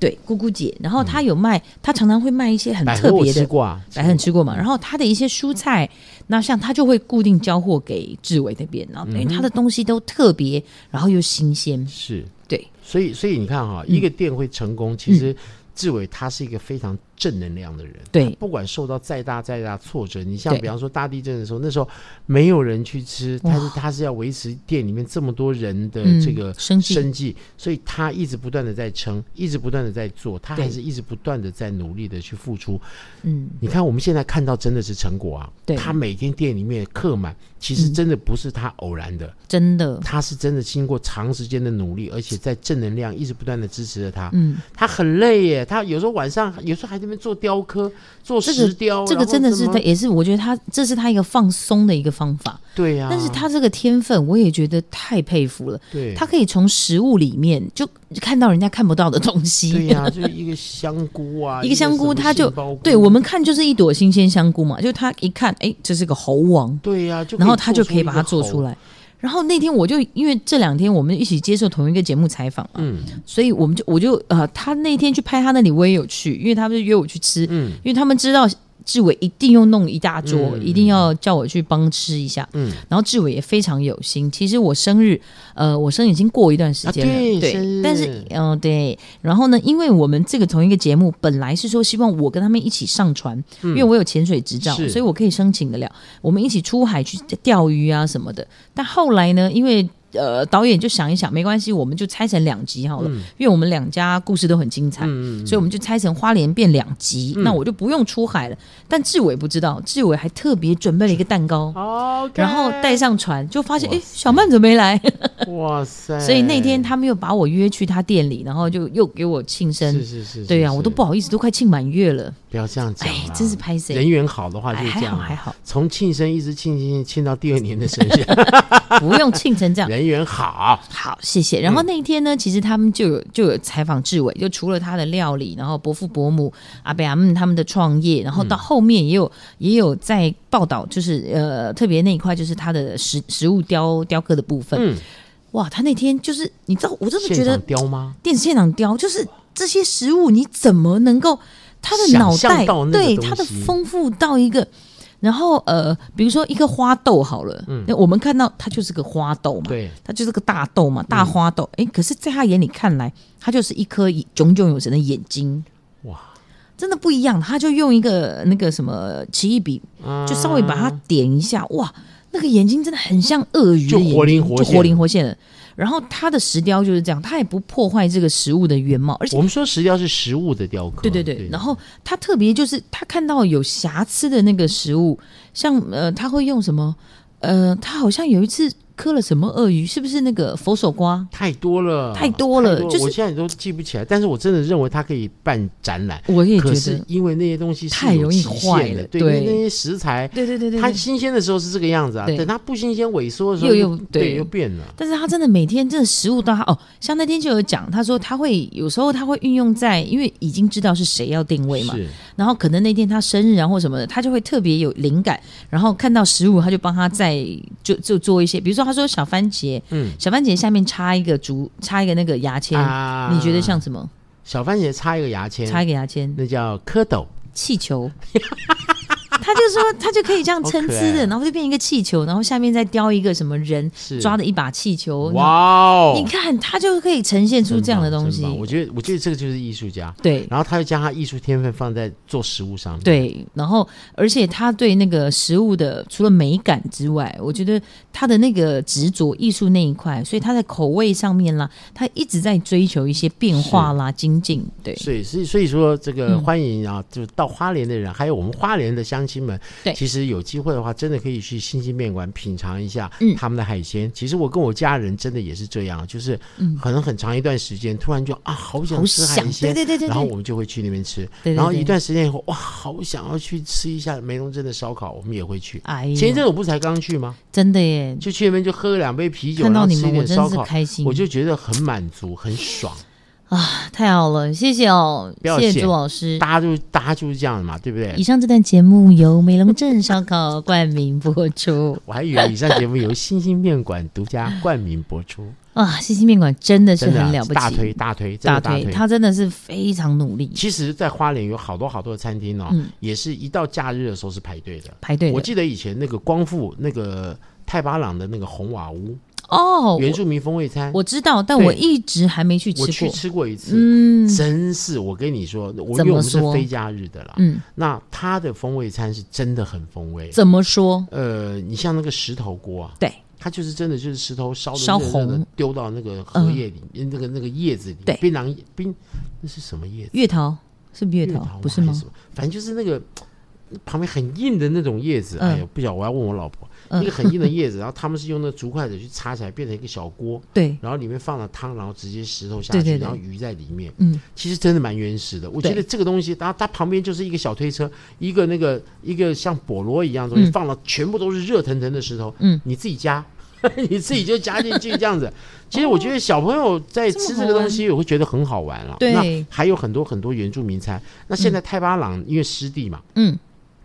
[SPEAKER 2] 对，姑姑姐，然后她有卖，她常常会卖一些很
[SPEAKER 1] 嗯百
[SPEAKER 2] 特
[SPEAKER 1] 合我
[SPEAKER 2] 别的
[SPEAKER 1] 吃，过啊，
[SPEAKER 2] 白很吃过嘛，然后他的一些蔬菜，那像他就会固定交货给志伟那边，然后
[SPEAKER 1] 嗯
[SPEAKER 2] 等于他的东西都特别，然后又新鲜，
[SPEAKER 1] 是。
[SPEAKER 2] 对，
[SPEAKER 1] 啊
[SPEAKER 2] 嗯
[SPEAKER 1] 所以，所以你看哈、一个店会成功，其实志伟他是一个非常正能量的人。
[SPEAKER 2] 对
[SPEAKER 1] 不管受到再大再大挫折，你像
[SPEAKER 2] 对
[SPEAKER 1] 比方说大地震的时候，那时候没有人去吃，但是他是要维持店里面这么多人的
[SPEAKER 2] 嗯
[SPEAKER 1] 这个
[SPEAKER 2] 生计
[SPEAKER 1] 生计，所以他一直不断的在撑，一直不断的在做，他还
[SPEAKER 2] 对
[SPEAKER 1] 是一直不断的在努力的去付出。
[SPEAKER 2] 嗯，
[SPEAKER 1] 你看我们现在看到真的是成果啊，
[SPEAKER 2] 对嗯
[SPEAKER 1] 他每天店里面客满，其实真的不是他偶然的，
[SPEAKER 2] 真的，
[SPEAKER 1] 他是真的经过长时间的努力，而且在正能量一直不断的支持着他。
[SPEAKER 2] 嗯，
[SPEAKER 1] 他很累耶，他有时候晚上有时候还在那边做雕刻、做
[SPEAKER 2] 这个
[SPEAKER 1] 石雕，
[SPEAKER 2] 这个
[SPEAKER 1] 哦然后
[SPEAKER 2] 真的是
[SPEAKER 1] 怎么
[SPEAKER 2] 他也是，我觉得他这是他一个放松的一个方法。
[SPEAKER 1] 对啊呀、
[SPEAKER 2] 但是他这个天分，我也觉得太佩服了。
[SPEAKER 1] 对
[SPEAKER 2] 他可以从食物里面就看到人家看不到的东
[SPEAKER 1] 对
[SPEAKER 2] 西。
[SPEAKER 1] 呀、就一个香菇啊，
[SPEAKER 2] [LAUGHS] 一个香菇
[SPEAKER 1] 什么
[SPEAKER 2] 他就
[SPEAKER 1] 杏鲍菇
[SPEAKER 2] 对我们看就是一朵新鲜香菇嘛，就他一看，哎，这是个猴王，
[SPEAKER 1] 对呀、就
[SPEAKER 2] 然后他就可
[SPEAKER 1] 做出
[SPEAKER 2] 以
[SPEAKER 1] 一个
[SPEAKER 2] 把它做出
[SPEAKER 1] 猴。
[SPEAKER 2] 来。然后那天我就因为这两天我们一起接受同一个节目采访嘛，
[SPEAKER 1] 嗯
[SPEAKER 2] 所以我们就我就呃，他那天去拍他那里我也有去，因为他们就约我去吃，
[SPEAKER 1] 嗯
[SPEAKER 2] 因为他们知道志伟一定要弄一大桌，
[SPEAKER 1] 嗯
[SPEAKER 2] 一定要叫我去帮吃一下。
[SPEAKER 1] 嗯，
[SPEAKER 2] 然后志伟也非常有心。其实我生日，呃，我生日已经过一段时间了，
[SPEAKER 1] 啊对生日
[SPEAKER 2] 但是，嗯、对。然后呢，因为我们这个同一个节目本来是说希望我跟他们一起上船，因为我有潜水执照，
[SPEAKER 1] 嗯是
[SPEAKER 2] 所以我可以申请得了。我们一起出海去钓鱼啊什么的。但后来呢，因为呃，导演就想一想，没关系，我们就拆成两集好了，
[SPEAKER 1] 嗯
[SPEAKER 2] 因为我们两家故事都很精彩，所以我们就拆成花莲变两集，
[SPEAKER 1] 嗯
[SPEAKER 2] 那我就不用出海了。但志伟不知道，志伟还特别准备了一个蛋糕，
[SPEAKER 1] 好，
[SPEAKER 2] 然后带上船，就发现
[SPEAKER 1] 哇哎
[SPEAKER 2] 哎，诶小曼怎么
[SPEAKER 1] [LAUGHS]
[SPEAKER 2] 没来？
[SPEAKER 1] 哇塞！
[SPEAKER 2] 所以那天他们又把我约去他店里，然后就又给我庆
[SPEAKER 1] 是
[SPEAKER 2] 生。
[SPEAKER 1] 是是，
[SPEAKER 2] 对呀、
[SPEAKER 1] 是
[SPEAKER 2] 我都不好意思，都快庆满月了，
[SPEAKER 1] 不要这样讲
[SPEAKER 2] 哎
[SPEAKER 1] 啦，，
[SPEAKER 2] 真是拍谁？
[SPEAKER 1] 人缘好的话
[SPEAKER 2] 哎，
[SPEAKER 1] 就是这
[SPEAKER 2] 还
[SPEAKER 1] 样
[SPEAKER 2] 好
[SPEAKER 1] 啊，
[SPEAKER 2] 还好，
[SPEAKER 1] 从庆生一直庆庆庆到第二年的生日，
[SPEAKER 2] [LAUGHS] 不用庆成
[SPEAKER 1] [LAUGHS]
[SPEAKER 2] 这样。
[SPEAKER 1] 人缘好，
[SPEAKER 2] 好，谢谢。
[SPEAKER 1] 嗯
[SPEAKER 2] 然后那一天呢，其实他们就有就有采访志伟，就除了他的料理，然后伯父伯母阿贝阿姆他们的创业，然后
[SPEAKER 1] 嗯
[SPEAKER 2] 到后面也有、也有在报道，就是呃特别那一块就是他的食食物雕雕刻的部分。
[SPEAKER 1] 嗯
[SPEAKER 2] 哇，他那天就是你知道，我真的觉
[SPEAKER 1] 现场
[SPEAKER 2] 得
[SPEAKER 1] 雕吗？
[SPEAKER 2] 电视现场雕就是这些食物，你怎么能够他的
[SPEAKER 1] 想
[SPEAKER 2] 脑
[SPEAKER 1] 象
[SPEAKER 2] 袋
[SPEAKER 1] 到那个
[SPEAKER 2] 对
[SPEAKER 1] 东
[SPEAKER 2] 他的
[SPEAKER 1] 西
[SPEAKER 2] 丰富到一个。然后呃，比如说一个花豆好了，那我们看到它就是个花豆嘛，
[SPEAKER 1] 嗯对，嗯
[SPEAKER 2] 它就是个大豆嘛，大花豆。哎、可是在他眼里看来，它就是一颗炯炯有神的眼睛，
[SPEAKER 1] 哇，
[SPEAKER 2] 真的不一样。他就用一个那个什么奇异笔，
[SPEAKER 1] 嗯
[SPEAKER 2] 就稍微把它点一下，哇，那个眼睛真的很像鳄鱼的
[SPEAKER 1] 就
[SPEAKER 2] 眼睛，
[SPEAKER 1] 活灵活
[SPEAKER 2] 就
[SPEAKER 1] 现
[SPEAKER 2] 活灵活现的。然后它的石雕就是这样，它也不破坏这个食物的原貌，而且
[SPEAKER 1] 我们说石雕是实物的雕刻，
[SPEAKER 2] 对对对，然后他特别就是他看到有瑕疵的那个食物，像呃，他会用什么？呃，他好像有一次磕了什么鳄鱼，是不是那个佛手瓜？
[SPEAKER 1] 太多了，
[SPEAKER 2] 太多了就是
[SPEAKER 1] 我现在都记不起来，但是我真的认为它可以办展览，
[SPEAKER 2] 我也觉
[SPEAKER 1] 可是
[SPEAKER 2] 得，
[SPEAKER 1] 因为那些东西是
[SPEAKER 2] 太
[SPEAKER 1] 有
[SPEAKER 2] 容易
[SPEAKER 1] 期限
[SPEAKER 2] 坏
[SPEAKER 1] 的
[SPEAKER 2] 了
[SPEAKER 1] 对，因为
[SPEAKER 2] 对
[SPEAKER 1] 那些食材。
[SPEAKER 2] 对对对对
[SPEAKER 1] 它
[SPEAKER 2] 对。
[SPEAKER 1] 新鲜的时候是这个样子啊，
[SPEAKER 2] 对
[SPEAKER 1] 等它不新鲜萎缩的时候
[SPEAKER 2] 又又对
[SPEAKER 1] 对又变了。
[SPEAKER 2] 但是他真的每天真的食物到他哦，像那天就有讲，他说他会有时候他会运用在，因为已经知道是谁要定位嘛，
[SPEAKER 1] 是
[SPEAKER 2] 然后可能那天他生日啊或什么的，他就会特别有灵感，然后看到食物，他就帮他再就就做一些，比如说他说小番茄，
[SPEAKER 1] 嗯
[SPEAKER 2] 小番茄下面插一个竹，插一个那个牙签，
[SPEAKER 1] 啊嗯
[SPEAKER 2] 你觉得像什么？
[SPEAKER 1] 小番茄插一个牙签，
[SPEAKER 2] 插一个牙签，
[SPEAKER 1] 那叫蝌蚪，[LAUGHS]
[SPEAKER 2] 气球。他就说，他就可以这样参差
[SPEAKER 1] 好可爱啊
[SPEAKER 2] 的，然后就变一个气球，然后下面再雕一个什么人
[SPEAKER 1] 是
[SPEAKER 2] 抓的一把气球。
[SPEAKER 1] 哇哦，
[SPEAKER 2] 你看，他就可以呈现出
[SPEAKER 1] 真
[SPEAKER 2] 这样的
[SPEAKER 1] 棒
[SPEAKER 2] 东
[SPEAKER 1] 真
[SPEAKER 2] 西
[SPEAKER 1] 棒。我觉得，我觉得这个就是艺术家。
[SPEAKER 2] 对
[SPEAKER 1] 然后他又将他艺术天分放在做食物上面。，
[SPEAKER 2] 对，然后而且他对那个食物的除了美感之外，我觉得他的那个执着艺术那一块，所以他在口味上面啦，他一直在追求一些变化啦、精进。对
[SPEAKER 1] 所以所以所以说这个
[SPEAKER 2] 嗯
[SPEAKER 1] 欢迎啊，就到花莲的人，还有我们花莲的乡亲们，
[SPEAKER 2] 对
[SPEAKER 1] 其实有机会的话，真的可以去新兴面馆品尝一下
[SPEAKER 2] 嗯
[SPEAKER 1] 他们的海鲜。其实我跟我家人真的也是这样，就是可能很长一段时间，突然就啊，好想
[SPEAKER 2] 嗯好
[SPEAKER 1] 吃海
[SPEAKER 2] 想，
[SPEAKER 1] 鲜
[SPEAKER 2] 对，对
[SPEAKER 1] [LAUGHS]
[SPEAKER 2] 对对
[SPEAKER 1] 然后
[SPEAKER 2] 对
[SPEAKER 1] 我们就会去那边吃。
[SPEAKER 2] 对，
[SPEAKER 1] 然后一
[SPEAKER 2] 对，
[SPEAKER 1] 段时间以后，哇，好想要去吃一下梅龙镇的烧烤，我们也会去。
[SPEAKER 2] 哎
[SPEAKER 1] 前一
[SPEAKER 2] 呀，
[SPEAKER 1] 阵我不是才刚去吗？
[SPEAKER 2] 真的耶，
[SPEAKER 1] 就去那边就喝了两杯啤酒，
[SPEAKER 2] 看
[SPEAKER 1] 然
[SPEAKER 2] 到
[SPEAKER 1] 后
[SPEAKER 2] 你
[SPEAKER 1] 吃一
[SPEAKER 2] 们我
[SPEAKER 1] 点啊烧
[SPEAKER 2] 真是
[SPEAKER 1] 烤，
[SPEAKER 2] 开心，
[SPEAKER 1] 我就觉得很满足，很爽。
[SPEAKER 2] 太好了，谢谢哦，
[SPEAKER 1] 不要
[SPEAKER 2] 谢谢
[SPEAKER 1] 谢
[SPEAKER 2] 朱老师。
[SPEAKER 1] 大家就大家就是这样的嘛，对不对
[SPEAKER 2] 以？上这段节目由梅龙镇烧烤冠名播出。
[SPEAKER 1] 我还以为以上节目由星星面馆独家冠名播出，
[SPEAKER 2] 啊，西西面馆真的是
[SPEAKER 1] 真的啊
[SPEAKER 2] 很了不起，
[SPEAKER 1] 大推大推真
[SPEAKER 2] 大
[SPEAKER 1] 的
[SPEAKER 2] 推，
[SPEAKER 1] 推。
[SPEAKER 2] 他真的是非常努力
[SPEAKER 1] 其实，在花莲有好多好多的餐厅哦，
[SPEAKER 2] 嗯
[SPEAKER 1] 也是一到假日的时候是排队的。
[SPEAKER 2] 排队
[SPEAKER 1] 我
[SPEAKER 2] 的
[SPEAKER 1] 记得以前那个光复那个太巴朗的那个红瓦屋，
[SPEAKER 2] 哦，
[SPEAKER 1] 原住民风味餐，
[SPEAKER 2] 我知道，但我
[SPEAKER 1] 对
[SPEAKER 2] 一直还没去吃
[SPEAKER 1] 我去
[SPEAKER 2] 过。
[SPEAKER 1] 吃过一次，
[SPEAKER 2] 嗯
[SPEAKER 1] 真是我跟你说，我因
[SPEAKER 2] 怎么
[SPEAKER 1] 为我们是
[SPEAKER 2] 说
[SPEAKER 1] 非假日的啦，
[SPEAKER 2] 嗯，
[SPEAKER 1] 那它的风味餐是真的很风味。
[SPEAKER 2] 怎么说？
[SPEAKER 1] 呃，你像那个石头锅啊，
[SPEAKER 2] 对，
[SPEAKER 1] 它就是真的就是石头烧的
[SPEAKER 2] 烧
[SPEAKER 1] 热热的
[SPEAKER 2] 红，嗯
[SPEAKER 1] 丢到那个荷叶里，面，那个那个叶子里，
[SPEAKER 2] 对
[SPEAKER 1] 槟榔叶槟那是什么叶子？
[SPEAKER 2] 月桃是不是月桃？
[SPEAKER 1] 吗
[SPEAKER 2] 不是吗
[SPEAKER 1] 还？什么反正就是那个旁边很硬的那种叶子，
[SPEAKER 2] 嗯
[SPEAKER 1] 哎呀，不晓得我要问我老婆，
[SPEAKER 2] 嗯
[SPEAKER 1] 那个很硬的叶子，然后他们是用那竹筷子去插起来，变成一个小锅，
[SPEAKER 2] 对，
[SPEAKER 1] 然后里面放了汤，然后直接石头下去，
[SPEAKER 2] 对对对
[SPEAKER 1] 然后鱼在里面。
[SPEAKER 2] 嗯，
[SPEAKER 1] 其实真的蛮原始的。我觉得
[SPEAKER 2] 对
[SPEAKER 1] 这个东西，然后它旁边就是一个小推车，一个那个一个像菠萝一样的东西，
[SPEAKER 2] 嗯
[SPEAKER 1] 放了全部都是热腾腾的石头，
[SPEAKER 2] 嗯，
[SPEAKER 1] 你自己加。 [LAUGHS] 你自己就加进去这样
[SPEAKER 2] [LAUGHS]
[SPEAKER 1] 子，其实我觉得小朋友在吃这个东西，我会觉得很好玩了。啊
[SPEAKER 2] 哦对
[SPEAKER 1] 那还有很多很多原住民餐。那现在泰巴朗因为湿地嘛，
[SPEAKER 2] 嗯，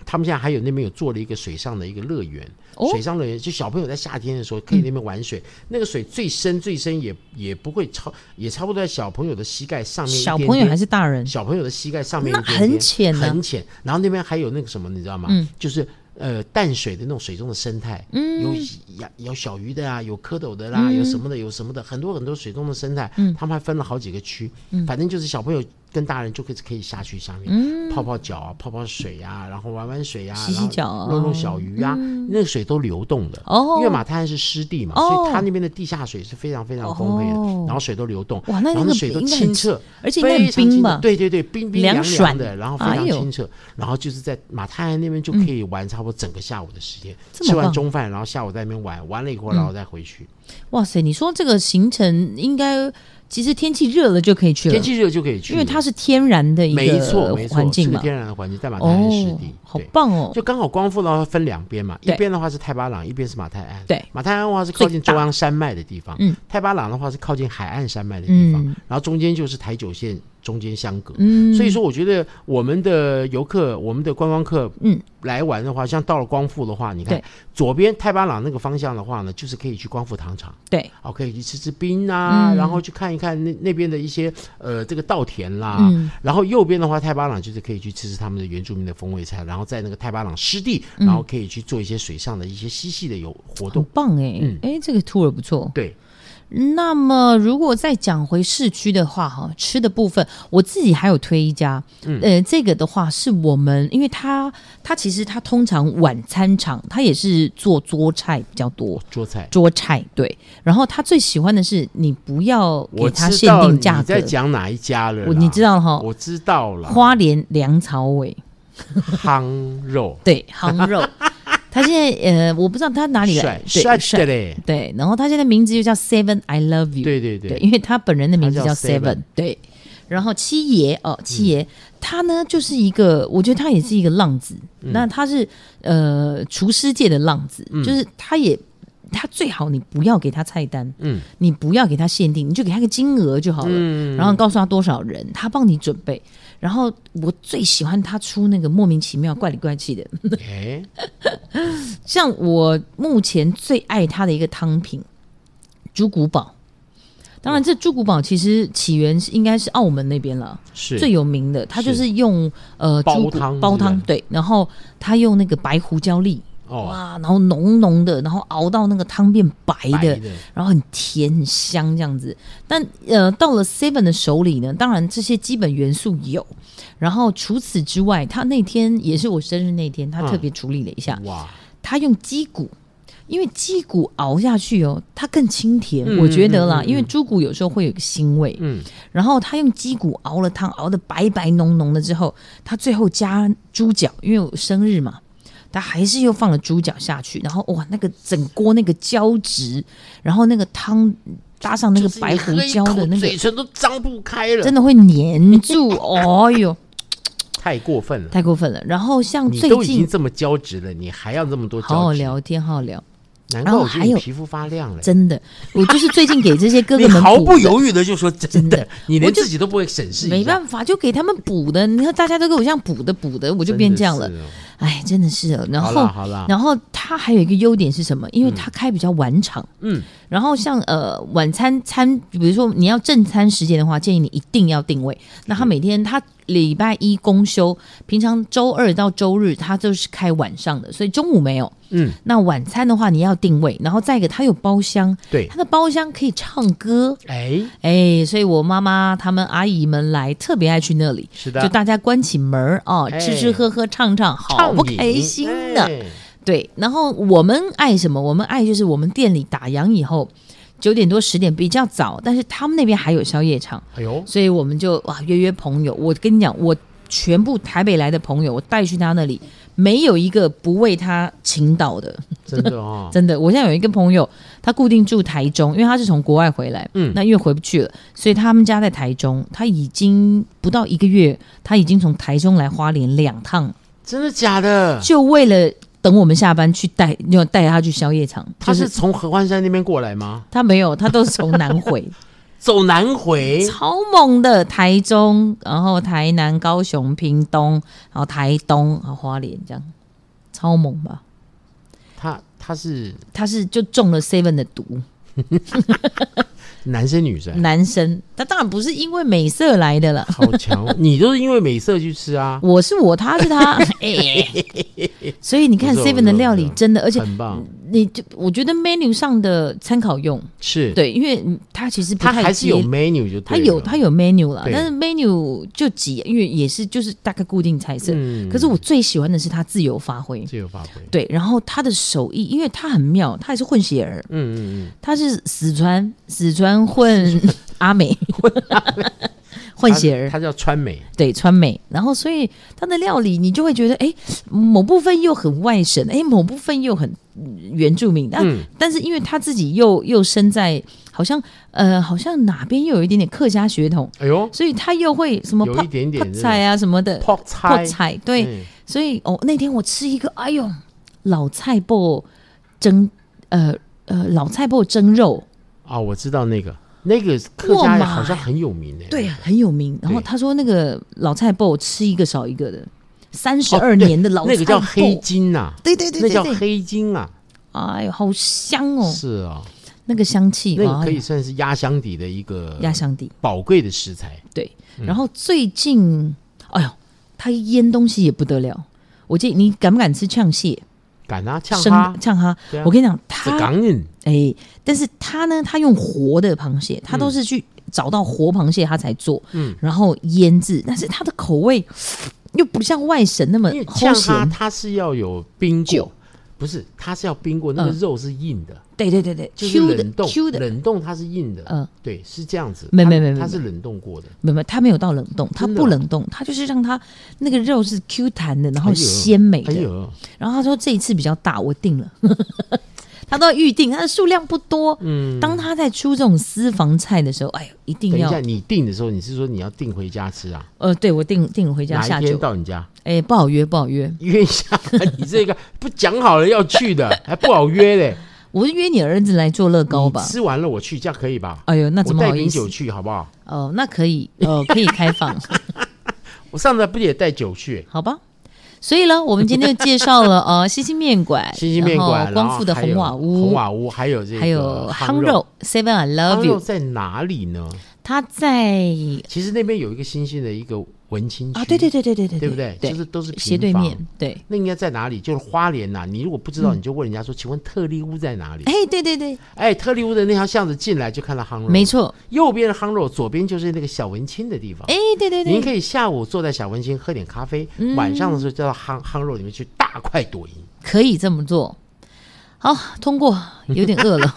[SPEAKER 1] 他们现在还有那边有做了一个水上的一个乐园，
[SPEAKER 2] 哦嗯
[SPEAKER 1] 水上乐园就小朋友在夏天的时候可以那边玩水，那个水最深最深也也不会超，也差不多在小朋友的膝盖上面一
[SPEAKER 2] 小
[SPEAKER 1] 点
[SPEAKER 2] 朋友
[SPEAKER 1] 点
[SPEAKER 2] 还是大人？
[SPEAKER 1] 小朋友的膝盖上面
[SPEAKER 2] 那
[SPEAKER 1] 一点点
[SPEAKER 2] 很浅呢
[SPEAKER 1] 很浅。然后那边还有那个什么，你知道吗？
[SPEAKER 2] 嗯
[SPEAKER 1] 就是呃淡水的那种水中的生态，
[SPEAKER 2] 嗯
[SPEAKER 1] 有呀有小鱼的啊，有蝌蚪的啦、有什么的，有什么的，很多很多水中的生态。
[SPEAKER 2] 嗯
[SPEAKER 1] 他们还分了好几个区，反正就是小朋友跟大人就可以可以下去下面、
[SPEAKER 2] 嗯
[SPEAKER 1] 泡泡脚啊，泡泡水啊，然后玩玩水啊，
[SPEAKER 2] 洗洗
[SPEAKER 1] 然后
[SPEAKER 2] 脚啊
[SPEAKER 1] 弄弄小鱼啊，那个水都流动的。
[SPEAKER 2] 哦
[SPEAKER 1] 因为马太汗是湿地嘛，
[SPEAKER 2] 哦
[SPEAKER 1] 所以它那边的地下水是非常非常丰沛的，
[SPEAKER 2] 哦
[SPEAKER 1] 然后水都流动，
[SPEAKER 2] 哇那
[SPEAKER 1] 然后
[SPEAKER 2] 那个
[SPEAKER 1] 水都
[SPEAKER 2] 应该很
[SPEAKER 1] 清澈，
[SPEAKER 2] 而且应该
[SPEAKER 1] 非
[SPEAKER 2] 很
[SPEAKER 1] 常
[SPEAKER 2] 冰
[SPEAKER 1] 清
[SPEAKER 2] 吧
[SPEAKER 1] 澈，？对对对，冰冰
[SPEAKER 2] 凉
[SPEAKER 1] 凉
[SPEAKER 2] 爽
[SPEAKER 1] 的，然后非
[SPEAKER 2] 哎
[SPEAKER 1] 常
[SPEAKER 2] 呦
[SPEAKER 1] 清澈，然后就是在马太安那边就可以玩差不多整个下午的时间，
[SPEAKER 2] 嗯这么
[SPEAKER 1] 吃完
[SPEAKER 2] 棒嗯
[SPEAKER 1] 中饭，然后下午在那边玩，玩了一会儿，然后再回去。
[SPEAKER 2] 哇塞，你说这个行程应该其实天气热了就可以去了
[SPEAKER 1] 天，气热就可以去，
[SPEAKER 2] 因为它是天然的一
[SPEAKER 1] 没错
[SPEAKER 2] 个
[SPEAKER 1] 没错
[SPEAKER 2] 环，
[SPEAKER 1] 是
[SPEAKER 2] 境
[SPEAKER 1] 个
[SPEAKER 2] 嘛。
[SPEAKER 1] 天然的环境，在马太安湿
[SPEAKER 2] 哦
[SPEAKER 1] 地，，
[SPEAKER 2] 好
[SPEAKER 1] 对。
[SPEAKER 2] 棒哦！
[SPEAKER 1] 就刚好光复的话分两边嘛，一
[SPEAKER 2] 对
[SPEAKER 1] 边的话是太巴朗，一边是马太安。
[SPEAKER 2] 对
[SPEAKER 1] 马太安的话是靠近
[SPEAKER 2] 最大
[SPEAKER 1] 中央山脉的地方，
[SPEAKER 2] 嗯，
[SPEAKER 1] 太巴朗的话是靠近海岸山脉的地方，
[SPEAKER 2] 嗯
[SPEAKER 1] 然后中间就是台九线中间相隔。
[SPEAKER 2] 嗯，
[SPEAKER 1] 所以说，我觉得我们的游客、我们的观光客，
[SPEAKER 2] 嗯，
[SPEAKER 1] 来玩的话，像到了光复的话，你看
[SPEAKER 2] 对
[SPEAKER 1] 左边太巴朗那个方向的话呢，就是可以去光复糖厂，
[SPEAKER 2] 对，
[SPEAKER 1] 哦，可以去吃吃冰啊，
[SPEAKER 2] 嗯
[SPEAKER 1] 然后去看一看那那边的一些呃这个稻田啦。
[SPEAKER 2] 嗯
[SPEAKER 1] 然后右边的话，太巴朗就是可以去吃吃他们的原住民的风味菜，然后在那个太巴朗湿地，
[SPEAKER 2] 嗯
[SPEAKER 1] 然后可以去做一些水上的一些嬉戏的游活
[SPEAKER 2] 很
[SPEAKER 1] 动。
[SPEAKER 2] 棒哎
[SPEAKER 1] 嗯
[SPEAKER 2] 哎，这个 tour 不错。
[SPEAKER 1] 对，
[SPEAKER 2] 那么，如果再讲回市区的话，哈，吃的部分，我自己还有推一家，
[SPEAKER 1] 嗯
[SPEAKER 2] 呃，这个的话是我们，因为它它其实它通常晚餐场，它也是做桌菜比较多，
[SPEAKER 1] 桌菜。
[SPEAKER 2] 桌菜对。然后他最喜欢的是你不要给
[SPEAKER 1] 我
[SPEAKER 2] 他
[SPEAKER 1] 知
[SPEAKER 2] 限
[SPEAKER 1] 道
[SPEAKER 2] 定
[SPEAKER 1] 你
[SPEAKER 2] 价格
[SPEAKER 1] 在，讲哪一家了啦？
[SPEAKER 2] 我你知道哈，
[SPEAKER 1] 我知道了，
[SPEAKER 2] 花莲梁朝伟
[SPEAKER 1] 夯肉。
[SPEAKER 2] 对
[SPEAKER 1] [LAUGHS]
[SPEAKER 2] 杭肉，他现在呃，我不知道他哪里来
[SPEAKER 1] 帅，
[SPEAKER 2] 对
[SPEAKER 1] 帅的嘞，
[SPEAKER 2] 对，然后他现在名字就叫 Seven I Love You，
[SPEAKER 1] 对对
[SPEAKER 2] 对，
[SPEAKER 1] 对，
[SPEAKER 2] 因为他本人的名字
[SPEAKER 1] 他叫
[SPEAKER 2] 叫
[SPEAKER 1] Seven 嗯
[SPEAKER 2] Seven，对。然后七爷哦，七爷、他呢就是一个，我觉得他也是一个浪子。
[SPEAKER 1] 嗯
[SPEAKER 2] 那他是呃厨师界的浪子，就是他也他最好你不要给他菜单，
[SPEAKER 1] 嗯
[SPEAKER 2] 你不要给他限定，你就给他个金额就好了，
[SPEAKER 1] 嗯
[SPEAKER 2] 然后告诉他多少人，他帮你准备。然后我最喜欢他出那个莫名其妙、怪里怪气的，
[SPEAKER 1] 哎，
[SPEAKER 2] 像我目前最爱它的一个汤品，猪骨煲。当然，这猪骨煲其实起源是应该是澳门那边了，
[SPEAKER 1] 是
[SPEAKER 2] 最有名的。它就是是用呃
[SPEAKER 1] 煲
[SPEAKER 2] 猪骨
[SPEAKER 1] 汤
[SPEAKER 2] 煲
[SPEAKER 1] 是
[SPEAKER 2] 汤
[SPEAKER 1] 吧
[SPEAKER 2] 对，然后它用那个白胡椒粒，
[SPEAKER 1] 哦，
[SPEAKER 2] 哇，然后浓浓的，然后熬到那个汤变白的，
[SPEAKER 1] 白的
[SPEAKER 2] 然后很甜很香这样子。但呃，到了 Seven 的手里呢，当然这些基本元素有。然后除此之外，他那天也是我生日那天，
[SPEAKER 1] 嗯
[SPEAKER 2] 他特别处理了一下，
[SPEAKER 1] 哇，
[SPEAKER 2] 他用鸡骨，因为鸡骨熬下去哦，它更清甜，我觉得啦，因为猪骨有时候会有一个腥味，
[SPEAKER 1] 嗯，
[SPEAKER 2] 然后他用鸡骨熬了汤，熬的白白浓浓的之后，他最后加猪脚，因为我生日嘛。他还是又放了猪脚下去，然后哇，那个整锅那个胶质，然后那个汤搭上那个
[SPEAKER 1] 就是
[SPEAKER 2] 白
[SPEAKER 1] 你
[SPEAKER 2] 胡
[SPEAKER 1] 喝一
[SPEAKER 2] 椒
[SPEAKER 1] 口
[SPEAKER 2] 的那个
[SPEAKER 1] 嘴，唇都张不开了，
[SPEAKER 2] 真的会粘住。 [LAUGHS] 哦哟，
[SPEAKER 1] 太过分了。
[SPEAKER 2] 太过分了。然后像
[SPEAKER 1] 你
[SPEAKER 2] 最
[SPEAKER 1] 都已经
[SPEAKER 2] 近，
[SPEAKER 1] 这么胶质了，你还要这么多
[SPEAKER 2] 好好
[SPEAKER 1] 胶质？
[SPEAKER 2] 聊天，好好聊。
[SPEAKER 1] 难怪
[SPEAKER 2] 然后
[SPEAKER 1] 我觉得
[SPEAKER 2] 还
[SPEAKER 1] 你
[SPEAKER 2] 有
[SPEAKER 1] 皮肤发亮了。
[SPEAKER 2] 真的，我就是最近给这些
[SPEAKER 1] [LAUGHS]
[SPEAKER 2] 哥
[SPEAKER 1] 你
[SPEAKER 2] 哥们
[SPEAKER 1] 毫
[SPEAKER 2] 补
[SPEAKER 1] 不
[SPEAKER 2] 的
[SPEAKER 1] 犹豫的就说真
[SPEAKER 2] 真
[SPEAKER 1] 的
[SPEAKER 2] 的，
[SPEAKER 1] 你连
[SPEAKER 2] 我就
[SPEAKER 1] 自己都不会审视一下，
[SPEAKER 2] 没办法，就给他们补的。你看大家都给我这样补的补的，我就
[SPEAKER 1] 真
[SPEAKER 2] 变
[SPEAKER 1] 的
[SPEAKER 2] 这样
[SPEAKER 1] 是
[SPEAKER 2] 了。
[SPEAKER 1] 哦。
[SPEAKER 2] 哎，真的是哦。然
[SPEAKER 1] 好啦
[SPEAKER 2] 后，
[SPEAKER 1] 好啦，
[SPEAKER 2] 然后它还有一个优点是什么？因为它开比较晚场，
[SPEAKER 1] 嗯，
[SPEAKER 2] 然后像呃晚餐餐，比如说你要正餐时间的话，建议你一定要定位。那他每天他礼拜一公休，平常周二到周日他就是开晚上的，所以中午没有。
[SPEAKER 1] 嗯，
[SPEAKER 2] 那晚餐的话你要定位，然后再一个它有包厢，
[SPEAKER 1] 对
[SPEAKER 2] 它，的包厢可以唱歌，
[SPEAKER 1] 哎，
[SPEAKER 2] 哎，所以我妈妈他们阿姨们来特别爱去那里。
[SPEAKER 1] 是的，
[SPEAKER 2] 就大家关起门儿啊、
[SPEAKER 1] 哎
[SPEAKER 2] 吃吃喝喝唱唱，好
[SPEAKER 1] 畅
[SPEAKER 2] 不
[SPEAKER 1] 饮
[SPEAKER 2] 开心呢。
[SPEAKER 1] 哎
[SPEAKER 2] 对，然后我们爱什么？我们爱就是我们店里打烊以后，九点多十点比较早，但是他们那边还有宵夜场，
[SPEAKER 1] 哎呦，
[SPEAKER 2] 所以我们就哇约约朋友。我跟你讲，我全部台北来的朋友，我带去他那里，没有一个不为他倾倒的，
[SPEAKER 1] 真的哦，
[SPEAKER 2] [LAUGHS] 真的。我现在有一个朋友，他固定住台中，因为他是从国外回来，
[SPEAKER 1] 嗯
[SPEAKER 2] 那因为回不去了，所以他们家在台中，他已经不到一个月，他已经从台中来花莲两趟
[SPEAKER 1] 真的假的？
[SPEAKER 2] 就为了等我们下班去带， [LAUGHS] 就带他去宵夜场。
[SPEAKER 1] 他
[SPEAKER 2] 就是
[SPEAKER 1] 从合欢山那边过来吗？
[SPEAKER 2] 他没有，他都是从
[SPEAKER 1] [LAUGHS]
[SPEAKER 2] 南回，
[SPEAKER 1] 走南回，
[SPEAKER 2] 超猛的台中，然后台南、高雄、屏东，然后台东，然后花莲这样，超猛吧？
[SPEAKER 1] 他他是
[SPEAKER 2] 他是就中了 Seven 的毒，
[SPEAKER 1] 男生女生？
[SPEAKER 2] 男生，他当然不是因为美色来的了。
[SPEAKER 1] 好强！哦
[SPEAKER 2] [LAUGHS]
[SPEAKER 1] 你都是因为美色去吃啊，
[SPEAKER 2] 我是我，他
[SPEAKER 1] [LAUGHS]
[SPEAKER 2] 是他，哎，所以你看
[SPEAKER 1] 不错
[SPEAKER 2] Seven 的料
[SPEAKER 1] 不
[SPEAKER 2] 理
[SPEAKER 1] 错
[SPEAKER 2] 真的，而且嗯
[SPEAKER 1] 很棒。
[SPEAKER 2] 你就我觉得 menu 上的参考用，
[SPEAKER 1] 是，
[SPEAKER 2] 对，因为它其实不
[SPEAKER 1] 他
[SPEAKER 2] 太
[SPEAKER 1] 还是有
[SPEAKER 2] 接
[SPEAKER 1] menu 就
[SPEAKER 2] 它
[SPEAKER 1] 对了
[SPEAKER 2] 有它有 menu 啦，
[SPEAKER 1] 对
[SPEAKER 2] 但是 menu 就几，因为也是就是大概固定菜色。
[SPEAKER 1] 嗯
[SPEAKER 2] 可是我最喜欢的是它自由发挥，
[SPEAKER 1] 自由发挥。
[SPEAKER 2] 对，然后他的手艺，因为他很妙，他也是混血儿，
[SPEAKER 1] 嗯嗯
[SPEAKER 2] 他是四川四川混
[SPEAKER 1] [LAUGHS]
[SPEAKER 2] 阿美，
[SPEAKER 1] 嗯，
[SPEAKER 2] [LAUGHS] 混血儿
[SPEAKER 1] 他叫川美，
[SPEAKER 2] 对川美，然后所以他的料理你就会觉得，哎，某部分又很外省，哎，某部分又很嗯原住民，但、
[SPEAKER 1] 嗯
[SPEAKER 2] 但是因为他自己又又身在好像呃好像哪边又有一点点客家血统，
[SPEAKER 1] 哎呦，
[SPEAKER 2] 所以他又会什么
[SPEAKER 1] 有
[SPEAKER 2] 泡
[SPEAKER 1] 一点点
[SPEAKER 2] 泡菜啊什么的，
[SPEAKER 1] 泡
[SPEAKER 2] 泡
[SPEAKER 1] 菜，
[SPEAKER 2] 菜对，
[SPEAKER 1] 嗯
[SPEAKER 2] 所以哦那天我吃一个，哎呦，老菜脯蒸呃呃老菜脯蒸肉，
[SPEAKER 1] 啊，我知道那个那个客
[SPEAKER 2] 我
[SPEAKER 1] 家
[SPEAKER 2] 妈
[SPEAKER 1] 好像很有名诶。
[SPEAKER 2] 对，很有名。然后
[SPEAKER 1] 对
[SPEAKER 2] 他说那个老菜脯吃一个少一个的，三十
[SPEAKER 1] 哦
[SPEAKER 2] 二
[SPEAKER 1] 对
[SPEAKER 2] 年的老菜脯，
[SPEAKER 1] 那个叫黑金呐，
[SPEAKER 2] 对对对
[SPEAKER 1] 那
[SPEAKER 2] 对
[SPEAKER 1] 叫
[SPEAKER 2] 对，
[SPEAKER 1] 黑金啊，
[SPEAKER 2] 哎呦好香哦，
[SPEAKER 1] 是啊，
[SPEAKER 2] 那个香气，
[SPEAKER 1] 那个
[SPEAKER 2] 哇
[SPEAKER 1] 可以算是压箱底的一个
[SPEAKER 2] 压箱底。
[SPEAKER 1] 宝贵的食材。
[SPEAKER 2] 对，
[SPEAKER 1] 嗯
[SPEAKER 2] 然后最近，哎呦，他腌东西也不得了。我建议你敢不敢吃呛蟹？
[SPEAKER 1] 敢啊，呛
[SPEAKER 2] 生
[SPEAKER 1] 哈，
[SPEAKER 2] 呛哈
[SPEAKER 1] 对啊！
[SPEAKER 2] 我跟你讲，
[SPEAKER 1] 是
[SPEAKER 2] 他
[SPEAKER 1] 港人，
[SPEAKER 2] 哎，但是他呢，他用活的螃蟹，他都是去找到活螃蟹他才做，
[SPEAKER 1] 嗯，
[SPEAKER 2] 然后腌制，但是他的口味又不像外省那么
[SPEAKER 1] 因为
[SPEAKER 2] 呃齁
[SPEAKER 1] 呛哈
[SPEAKER 2] 咸，
[SPEAKER 1] 它是要有冰
[SPEAKER 2] 酒
[SPEAKER 1] 过，不是，它是要冰过，那个
[SPEAKER 2] 嗯
[SPEAKER 1] 肉是硬的，
[SPEAKER 2] 对对对对
[SPEAKER 1] 就是
[SPEAKER 2] ，Q 的
[SPEAKER 1] 冷冻
[SPEAKER 2] Q，的，
[SPEAKER 1] 冷冻它是硬的，
[SPEAKER 2] 嗯，
[SPEAKER 1] 对，是这样子，
[SPEAKER 2] 没
[SPEAKER 1] 它
[SPEAKER 2] 没没没
[SPEAKER 1] 它是冷冻过的，
[SPEAKER 2] 没有没有，他没有到冷冻，他
[SPEAKER 1] 真的
[SPEAKER 2] 不
[SPEAKER 1] 哦
[SPEAKER 2] 冷冻，他就是让他那个肉是 Q 弹的，然后
[SPEAKER 1] 哎呦
[SPEAKER 2] 鲜美
[SPEAKER 1] 哎
[SPEAKER 2] 的，
[SPEAKER 1] 呦，
[SPEAKER 2] 然后他说这一次比较大，我定了， [LAUGHS] 他都要预定，他的数量不多。
[SPEAKER 1] 嗯，
[SPEAKER 2] 当他在出这种私房菜的时候，哎呦，一定
[SPEAKER 1] 等一
[SPEAKER 2] 要
[SPEAKER 1] 下，你订的时候，你是说你要订回家吃啊？
[SPEAKER 2] 呃，对我订订回家
[SPEAKER 1] 哪
[SPEAKER 2] 下
[SPEAKER 1] 一天
[SPEAKER 2] 酒，
[SPEAKER 1] 到你家 [LAUGHS]
[SPEAKER 2] 哎，不好约，不好约，
[SPEAKER 1] 约一下？你这个 [LAUGHS] 不讲好了要去的， [LAUGHS] 还不好约嘞。
[SPEAKER 2] 我就约你儿子来做乐高吧
[SPEAKER 1] 你。吃完了我去，这样可以吧？
[SPEAKER 2] 哎呦，那
[SPEAKER 1] 我
[SPEAKER 2] 怎么
[SPEAKER 1] 带
[SPEAKER 2] 好意
[SPEAKER 1] 瓶
[SPEAKER 2] 思
[SPEAKER 1] 酒？去好不好？
[SPEAKER 2] 哦，那可以，哦，可以开放，
[SPEAKER 1] 我上次不也带酒去？
[SPEAKER 2] 好吧。所以呢，我们今天就介绍了 [LAUGHS] 呃，西西面馆，
[SPEAKER 1] 星星面
[SPEAKER 2] 然
[SPEAKER 1] 馆，
[SPEAKER 2] 后
[SPEAKER 1] 然
[SPEAKER 2] 光
[SPEAKER 1] 后
[SPEAKER 2] 复的
[SPEAKER 1] 还有
[SPEAKER 2] 红瓦
[SPEAKER 1] 红
[SPEAKER 2] 屋，
[SPEAKER 1] 瓦屋还有这个
[SPEAKER 2] 还有
[SPEAKER 1] 夯
[SPEAKER 2] 夯肉 Seven I
[SPEAKER 1] 夯
[SPEAKER 2] Love
[SPEAKER 1] 肉
[SPEAKER 2] You，
[SPEAKER 1] 在哪里呢？
[SPEAKER 2] 它在
[SPEAKER 1] 其实那边有一个新兴的一个文青区
[SPEAKER 2] 啊，对对对对对对
[SPEAKER 1] 对
[SPEAKER 2] 对
[SPEAKER 1] 不对？就是都是平
[SPEAKER 2] 斜对
[SPEAKER 1] 房
[SPEAKER 2] 面，对，
[SPEAKER 1] 那应该在哪里？就是花莲呐、你如果不知道，你就问人家说：“请问特利屋在哪里
[SPEAKER 2] 哎，对对对，？”
[SPEAKER 1] 哎，特利屋的那条巷子进来就看到夯肉，
[SPEAKER 2] 没。错，
[SPEAKER 1] 右边的夯肉，左边就是那个小文青的地方。
[SPEAKER 2] 哎，对对嗯
[SPEAKER 1] 您
[SPEAKER 2] 对，
[SPEAKER 1] 可以下午坐在小文青喝点咖啡，晚上的时候就到夯夯肉里面去大快朵颐。
[SPEAKER 2] 可以这么做。好，通过，有点饿
[SPEAKER 1] [LAUGHS]
[SPEAKER 2] 了，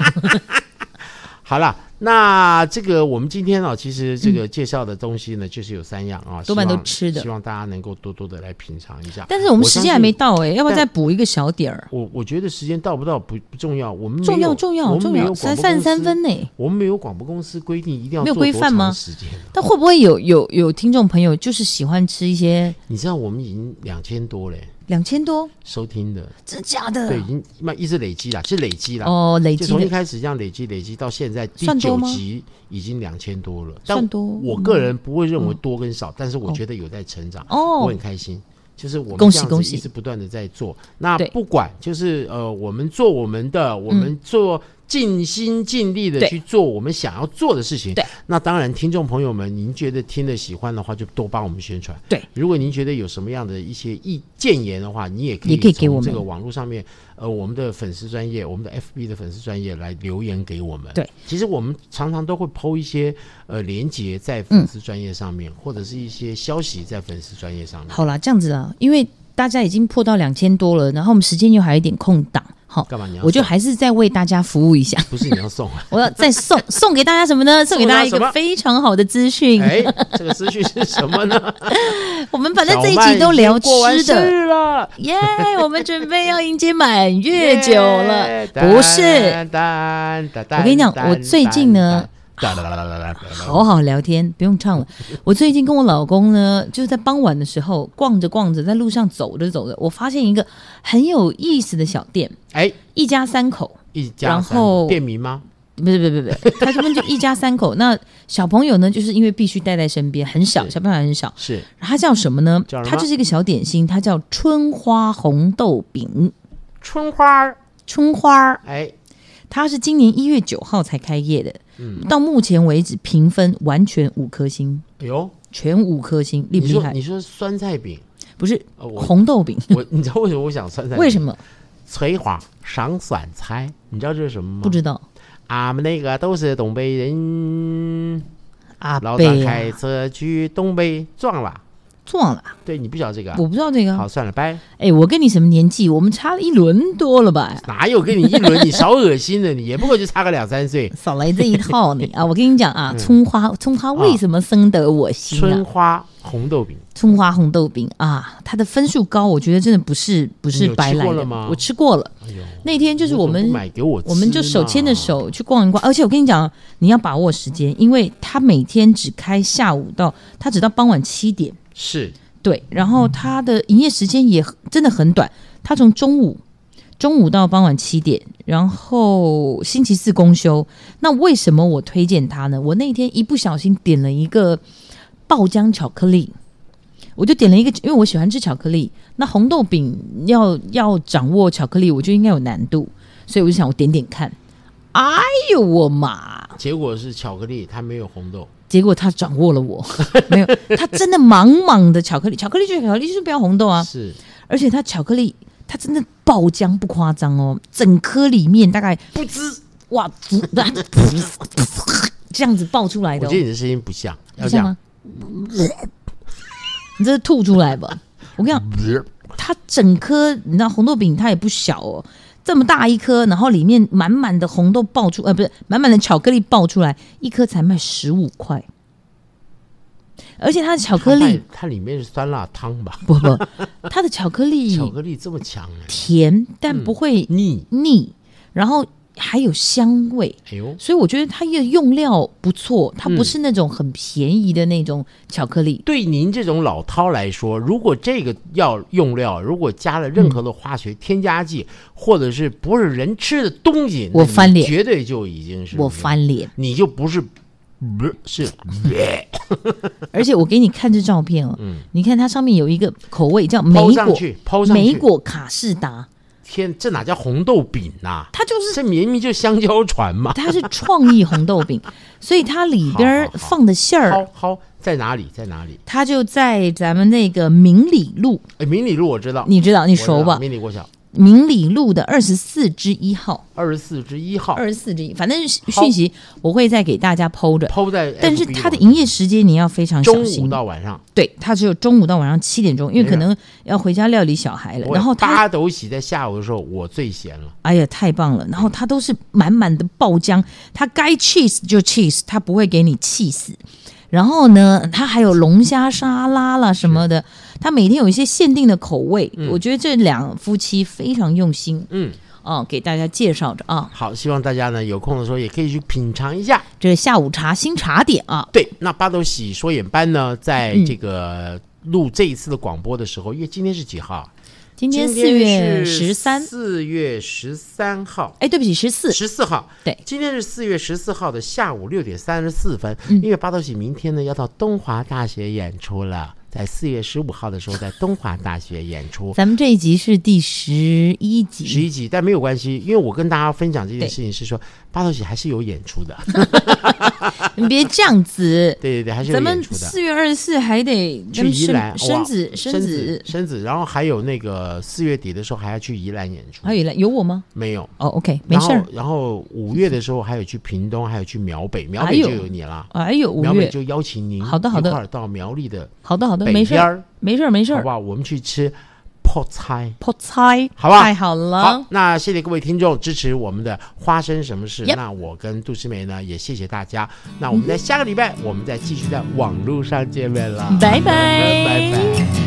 [SPEAKER 1] 好了，那这个我们今天啊，其实这个介绍的东西呢，就是有三样啊，
[SPEAKER 2] 多半
[SPEAKER 1] 希望
[SPEAKER 2] 都吃的
[SPEAKER 1] 希望大家能够多多的来品尝一下。
[SPEAKER 2] 但是我们
[SPEAKER 1] 我
[SPEAKER 2] 时
[SPEAKER 1] 相
[SPEAKER 2] 间还没
[SPEAKER 1] 信
[SPEAKER 2] 到哎，要不要
[SPEAKER 1] 但
[SPEAKER 2] 再补一个小点儿？
[SPEAKER 1] 我我觉得时间到不到不不重要，我们没
[SPEAKER 2] 重要
[SPEAKER 1] 有
[SPEAKER 2] 重
[SPEAKER 1] 我
[SPEAKER 2] 要
[SPEAKER 1] 们
[SPEAKER 2] 重
[SPEAKER 1] 没有
[SPEAKER 2] 要，
[SPEAKER 1] 广
[SPEAKER 2] 才
[SPEAKER 1] 播
[SPEAKER 2] 三十
[SPEAKER 1] 公
[SPEAKER 2] 三
[SPEAKER 1] 司
[SPEAKER 2] 分呢。
[SPEAKER 1] 我们没有广播公司规定一定要
[SPEAKER 2] 没有
[SPEAKER 1] 做
[SPEAKER 2] 规
[SPEAKER 1] 多
[SPEAKER 2] 范
[SPEAKER 1] 长
[SPEAKER 2] 吗
[SPEAKER 1] 时间啊
[SPEAKER 2] 但会不会有有有听众朋友就是喜欢吃一些
[SPEAKER 1] 你知道我们已经两千多嘞
[SPEAKER 2] 两千多？
[SPEAKER 1] 收听的，
[SPEAKER 2] 真假的？
[SPEAKER 1] 对，已经慢一直累积啦，是累积啦。
[SPEAKER 2] 哦，累
[SPEAKER 1] 就
[SPEAKER 2] 积
[SPEAKER 1] 从一
[SPEAKER 2] 的
[SPEAKER 1] 开始这样累积累积到现在第
[SPEAKER 2] 算多
[SPEAKER 1] 九
[SPEAKER 2] 吗
[SPEAKER 1] 集已经两千多了，但
[SPEAKER 2] 算多嗯
[SPEAKER 1] 我个人不会认为多跟少，但是我觉得有在成长，
[SPEAKER 2] 哦
[SPEAKER 1] 我很开心。就是我们
[SPEAKER 2] 恭喜
[SPEAKER 1] 这样子
[SPEAKER 2] 恭喜
[SPEAKER 1] 一直不断的在做。那
[SPEAKER 2] 对嗯
[SPEAKER 1] 不管就是呃，我们做我们的，我们做尽心尽力的
[SPEAKER 2] 对
[SPEAKER 1] 去做我们想要做的事情。
[SPEAKER 2] 对，
[SPEAKER 1] 那当然，听众朋友们，您觉得听了喜欢的话，就多帮我们宣传。
[SPEAKER 2] 对，
[SPEAKER 1] 如果您觉得有什么样的一些意建言的话，你也可以
[SPEAKER 2] 也可以给
[SPEAKER 1] 从
[SPEAKER 2] 我们
[SPEAKER 1] 这个网络上面，呃，我们的粉丝专业，我们的 FB 的粉丝专业来留言给我们。
[SPEAKER 2] 对，
[SPEAKER 1] 其实我们常常都会抛一些呃连接
[SPEAKER 2] 嗯
[SPEAKER 1] 在粉丝专业上面，或者是一些消息在粉丝专业上面。
[SPEAKER 2] 好啦，这样子啊，因为大家已经破到两千多了，然后我们时间又还有一点空档，好，
[SPEAKER 1] 干嘛你要送？
[SPEAKER 2] 我就还是再为大家服务一下。
[SPEAKER 1] 不是你要送
[SPEAKER 2] [LAUGHS]
[SPEAKER 1] 啊？
[SPEAKER 2] 我要再送送给大家什么呢？送给大家
[SPEAKER 1] [LAUGHS]
[SPEAKER 2] 一
[SPEAKER 1] 送给大家什
[SPEAKER 2] 个
[SPEAKER 1] 么
[SPEAKER 2] 非常好的资讯。
[SPEAKER 1] 哎，这个资讯是什么
[SPEAKER 2] [LAUGHS]
[SPEAKER 1] 呢？
[SPEAKER 2] 我们反正这一集都聊吃
[SPEAKER 1] 小曼已经过完生
[SPEAKER 2] 的，
[SPEAKER 1] 日了，
[SPEAKER 2] 耶！我们准备要迎接满月酒
[SPEAKER 1] [LAUGHS]
[SPEAKER 2] 了
[SPEAKER 1] 耶，
[SPEAKER 2] 不是？，
[SPEAKER 1] 我
[SPEAKER 2] 我跟你讲我最近呢，
[SPEAKER 1] 哒哒哒哒哒哒哒
[SPEAKER 2] 好好聊天，不用唱了。我最近跟我老公呢，就是在傍晚的时候逛着逛着，在路上走着走着，我发现一个很有意思的小店，
[SPEAKER 1] 哎，
[SPEAKER 2] 一家三口，
[SPEAKER 1] 一家
[SPEAKER 2] 然
[SPEAKER 1] 三
[SPEAKER 2] 后
[SPEAKER 1] 便民吗？
[SPEAKER 2] 不是不是不是，不 [LAUGHS] 是他这边就一家三口。那小朋友呢，就是因为必须带在身边，很小，
[SPEAKER 1] 是
[SPEAKER 2] 小朋友很少。
[SPEAKER 1] 是
[SPEAKER 2] 它叫什么呢？
[SPEAKER 1] 叫什么
[SPEAKER 2] 它就是一个小点心，它叫春花红豆饼。
[SPEAKER 1] 春花儿，
[SPEAKER 2] 春花儿，
[SPEAKER 1] 哎，
[SPEAKER 2] 它是今年一月九号才开业的，
[SPEAKER 1] 嗯
[SPEAKER 2] 到目前为止评分完全五颗星，
[SPEAKER 1] 哎呦，
[SPEAKER 2] 全五颗星，厉不
[SPEAKER 1] 你
[SPEAKER 2] 厉
[SPEAKER 1] 说
[SPEAKER 2] 害
[SPEAKER 1] 你？说酸菜饼，
[SPEAKER 2] 不是
[SPEAKER 1] 呃
[SPEAKER 2] [LAUGHS]
[SPEAKER 1] 我
[SPEAKER 2] 红豆饼，
[SPEAKER 1] 我你知道为什么我想酸菜？
[SPEAKER 2] 为什？么
[SPEAKER 1] 翠花上酸菜，你知道这是什么吗？
[SPEAKER 2] 不知道？
[SPEAKER 1] 俺们那个都是东北人，
[SPEAKER 2] 阿
[SPEAKER 1] 老早
[SPEAKER 2] 贝啊
[SPEAKER 1] 开车去东北撞了。
[SPEAKER 2] 撞了，
[SPEAKER 1] 对你不晓得这个啊？
[SPEAKER 2] 我不知道这个啊
[SPEAKER 1] 好，。算了，拜。
[SPEAKER 2] 哎，我跟你什么年纪？我们差了一轮多了吧？
[SPEAKER 1] 哪有跟你一轮？你少恶心了，你也不过就差个两三岁。
[SPEAKER 2] 少来这一套
[SPEAKER 1] [LAUGHS]
[SPEAKER 2] 你啊！我跟你讲啊，葱花葱花为什么生得我心啊
[SPEAKER 1] 嗯春？花红豆饼，
[SPEAKER 2] 葱花红豆饼啊，它的分数高，我觉得真的不是不
[SPEAKER 1] 你
[SPEAKER 2] 是
[SPEAKER 1] 有吃
[SPEAKER 2] 白来
[SPEAKER 1] 过了
[SPEAKER 2] 的
[SPEAKER 1] 吗。
[SPEAKER 2] 我吃过了，
[SPEAKER 1] 哎呦，
[SPEAKER 2] 那天就是
[SPEAKER 1] 你
[SPEAKER 2] 我
[SPEAKER 1] 怎么
[SPEAKER 2] 们
[SPEAKER 1] 不买给我吃嘛，
[SPEAKER 2] 我们就手牵着手去逛一逛，而且我跟你讲，啊你要把握时间，因为它每天只开下午到，它只到傍晚七点，
[SPEAKER 1] 是
[SPEAKER 2] 对，然后它的营业时间也很真的很短，它从中午中午到傍晚七点，然后星期四公休。那为什么我推荐它呢？我那天一不小心点了一个爆浆巧克力，我就点了一个，因为我喜欢吃巧克力。那红豆饼要要掌握巧克力，我就应该有难度，所以我就想我点点看。哎呦我妈！
[SPEAKER 1] 结果是巧克力，它没有红豆。
[SPEAKER 2] 结果他掌握了我， [LAUGHS] 没有，他真的茫茫的巧克力，巧克力就是巧克力，就是不要红豆啊。
[SPEAKER 1] 是
[SPEAKER 2] 而且它巧克力它真的爆浆不夸张哦，整颗里面大概
[SPEAKER 1] 不知，
[SPEAKER 2] 哇，噗噗 [LAUGHS] 这样子爆出来
[SPEAKER 1] 我
[SPEAKER 2] 的、哦
[SPEAKER 1] 觉，得你的声音不像，要
[SPEAKER 2] 你
[SPEAKER 1] 这样
[SPEAKER 2] 像吗。？你这是吐出来吧？我跟你讲，它整颗你知道红豆饼它也不小哦，这么大一颗，然后里面满满的红豆爆出，呃，不是满满的巧克力爆出来，一颗才卖十五块，而且它的巧克
[SPEAKER 1] 它
[SPEAKER 2] 力
[SPEAKER 1] 卖它里面是酸辣汤吧？
[SPEAKER 2] 不不，它的巧克力
[SPEAKER 1] 巧克力这么强哎，
[SPEAKER 2] 甜，但不会
[SPEAKER 1] 腻。
[SPEAKER 2] 腻，然后还有香味，
[SPEAKER 1] 哎呦，
[SPEAKER 2] 所以我觉得它的用料不错，它
[SPEAKER 1] 嗯
[SPEAKER 2] 不是那种很便宜的那种巧克力。
[SPEAKER 1] 对您这种老饕来说，如果这个要用料，如果加了任何的化学添加剂，或者是不是人吃的东西，
[SPEAKER 2] 我
[SPEAKER 1] 那你
[SPEAKER 2] 翻脸
[SPEAKER 1] 绝对就已经是
[SPEAKER 2] 我，翻脸， [LAUGHS]
[SPEAKER 1] 你就不是不是
[SPEAKER 2] 而且我给你看这照片哦，你看它上面有一个口味叫莓
[SPEAKER 1] 嗯抛上
[SPEAKER 2] 果
[SPEAKER 1] 去，抛上
[SPEAKER 2] 莓
[SPEAKER 1] 去。
[SPEAKER 2] 果卡士达，
[SPEAKER 1] 天，这哪叫红豆饼呐、
[SPEAKER 2] 它就是 [LAUGHS]
[SPEAKER 1] 这明明就香蕉船嘛。
[SPEAKER 2] 它是创意红豆饼，所以它里边儿
[SPEAKER 1] 好好好
[SPEAKER 2] 放的馅
[SPEAKER 1] 好
[SPEAKER 2] 儿，
[SPEAKER 1] 好在哪里？在哪里？
[SPEAKER 2] 它就在咱们那个明理路，
[SPEAKER 1] 哎，明理路我知道，
[SPEAKER 2] 你知道你
[SPEAKER 1] 我知道
[SPEAKER 2] 熟吧？
[SPEAKER 1] 明理国小
[SPEAKER 2] 明理路的二十四之一号，
[SPEAKER 1] 二十四之一号
[SPEAKER 2] 二，十四之一，反正是
[SPEAKER 1] 好
[SPEAKER 2] 讯息我会再给大家剖着。
[SPEAKER 1] 抛在 FB 网，
[SPEAKER 2] 但是它的营业时间你要非常小
[SPEAKER 1] 中
[SPEAKER 2] 心
[SPEAKER 1] 午，到晚上，
[SPEAKER 2] 对，它只有中午到晚上七点钟，因为可能要回家料理小孩了。
[SPEAKER 1] 我
[SPEAKER 2] 然后它，
[SPEAKER 1] 八斗喜在下午的时候我最闲了，
[SPEAKER 2] 哎呀，太棒了！然后它都是满满的爆浆，它该 cheese 就 cheese，它不会给你气死。然后呢，它还有龙虾沙拉啦什么的，它每天有一些限定的口味，我觉得这两夫妻非常用心。
[SPEAKER 1] 嗯。
[SPEAKER 2] 哦，给大家介绍着啊，
[SPEAKER 1] 好，希望大家呢有空的时候也可以去品尝一下。
[SPEAKER 2] 这是下午茶新茶点啊，
[SPEAKER 1] 对，那八斗喜说演班呢，在
[SPEAKER 2] 嗯
[SPEAKER 1] 这个录这一次的广播的时候，因为今天是几号啊？
[SPEAKER 2] 今天四
[SPEAKER 1] 今
[SPEAKER 2] 月
[SPEAKER 1] 天
[SPEAKER 2] 十三，
[SPEAKER 1] 四月十三号。
[SPEAKER 2] 哎，对不起，十四，
[SPEAKER 1] 十四号，
[SPEAKER 2] 对
[SPEAKER 1] 今天是四月十四号的
[SPEAKER 2] 嗯
[SPEAKER 1] 下午六点三十四分，因为八道喜明天呢要到东华大学演出了，在四月十五号的时候在东华大学演
[SPEAKER 2] [LAUGHS]
[SPEAKER 1] 出。
[SPEAKER 2] 咱们这一集是第十一
[SPEAKER 1] [LAUGHS]
[SPEAKER 2] 集，
[SPEAKER 1] 十一集，但没有关系，因为我跟大家分享这件事情是说，八头姐还是有演出的。 [LAUGHS]
[SPEAKER 2] 你别这样子。
[SPEAKER 1] 对对对，还是有
[SPEAKER 2] 咱们
[SPEAKER 1] 演出的。
[SPEAKER 2] 四月二十四还得咱
[SPEAKER 1] 去
[SPEAKER 2] 们
[SPEAKER 1] 宜兰，
[SPEAKER 2] 生
[SPEAKER 1] 哇
[SPEAKER 2] 子生
[SPEAKER 1] 生
[SPEAKER 2] 子，
[SPEAKER 1] 生子，然后还有那个四月底的时候还要去宜兰演出
[SPEAKER 2] 还，有一栏有我吗？
[SPEAKER 1] 没有，
[SPEAKER 2] 哦，OK，没事
[SPEAKER 1] 然
[SPEAKER 2] 儿
[SPEAKER 1] 后。然后五月的时候还有去屏东，还有去苗北，苗
[SPEAKER 2] 哎
[SPEAKER 1] 北就
[SPEAKER 2] 呦
[SPEAKER 1] 有你啦。
[SPEAKER 2] 哎呦，五
[SPEAKER 1] 苗北
[SPEAKER 2] 月，
[SPEAKER 1] 就邀请您
[SPEAKER 2] 好的好的
[SPEAKER 1] 一块儿到苗栗的
[SPEAKER 2] 好的好的，
[SPEAKER 1] 北
[SPEAKER 2] 没事
[SPEAKER 1] 边
[SPEAKER 2] 儿，
[SPEAKER 1] 儿，
[SPEAKER 2] 没事儿没事
[SPEAKER 1] 好
[SPEAKER 2] 儿
[SPEAKER 1] 不。好？我们去吃泡菜。
[SPEAKER 2] 泡菜，
[SPEAKER 1] 好吧
[SPEAKER 2] 太好了
[SPEAKER 1] 好，，那谢谢各位听众支持我们的花生什么事。
[SPEAKER 2] Yep
[SPEAKER 1] 那我跟杜诗梅呢也谢谢大家。那我们在下个礼拜，我们再继续在网络上见面了。
[SPEAKER 2] 拜拜
[SPEAKER 1] 拜拜。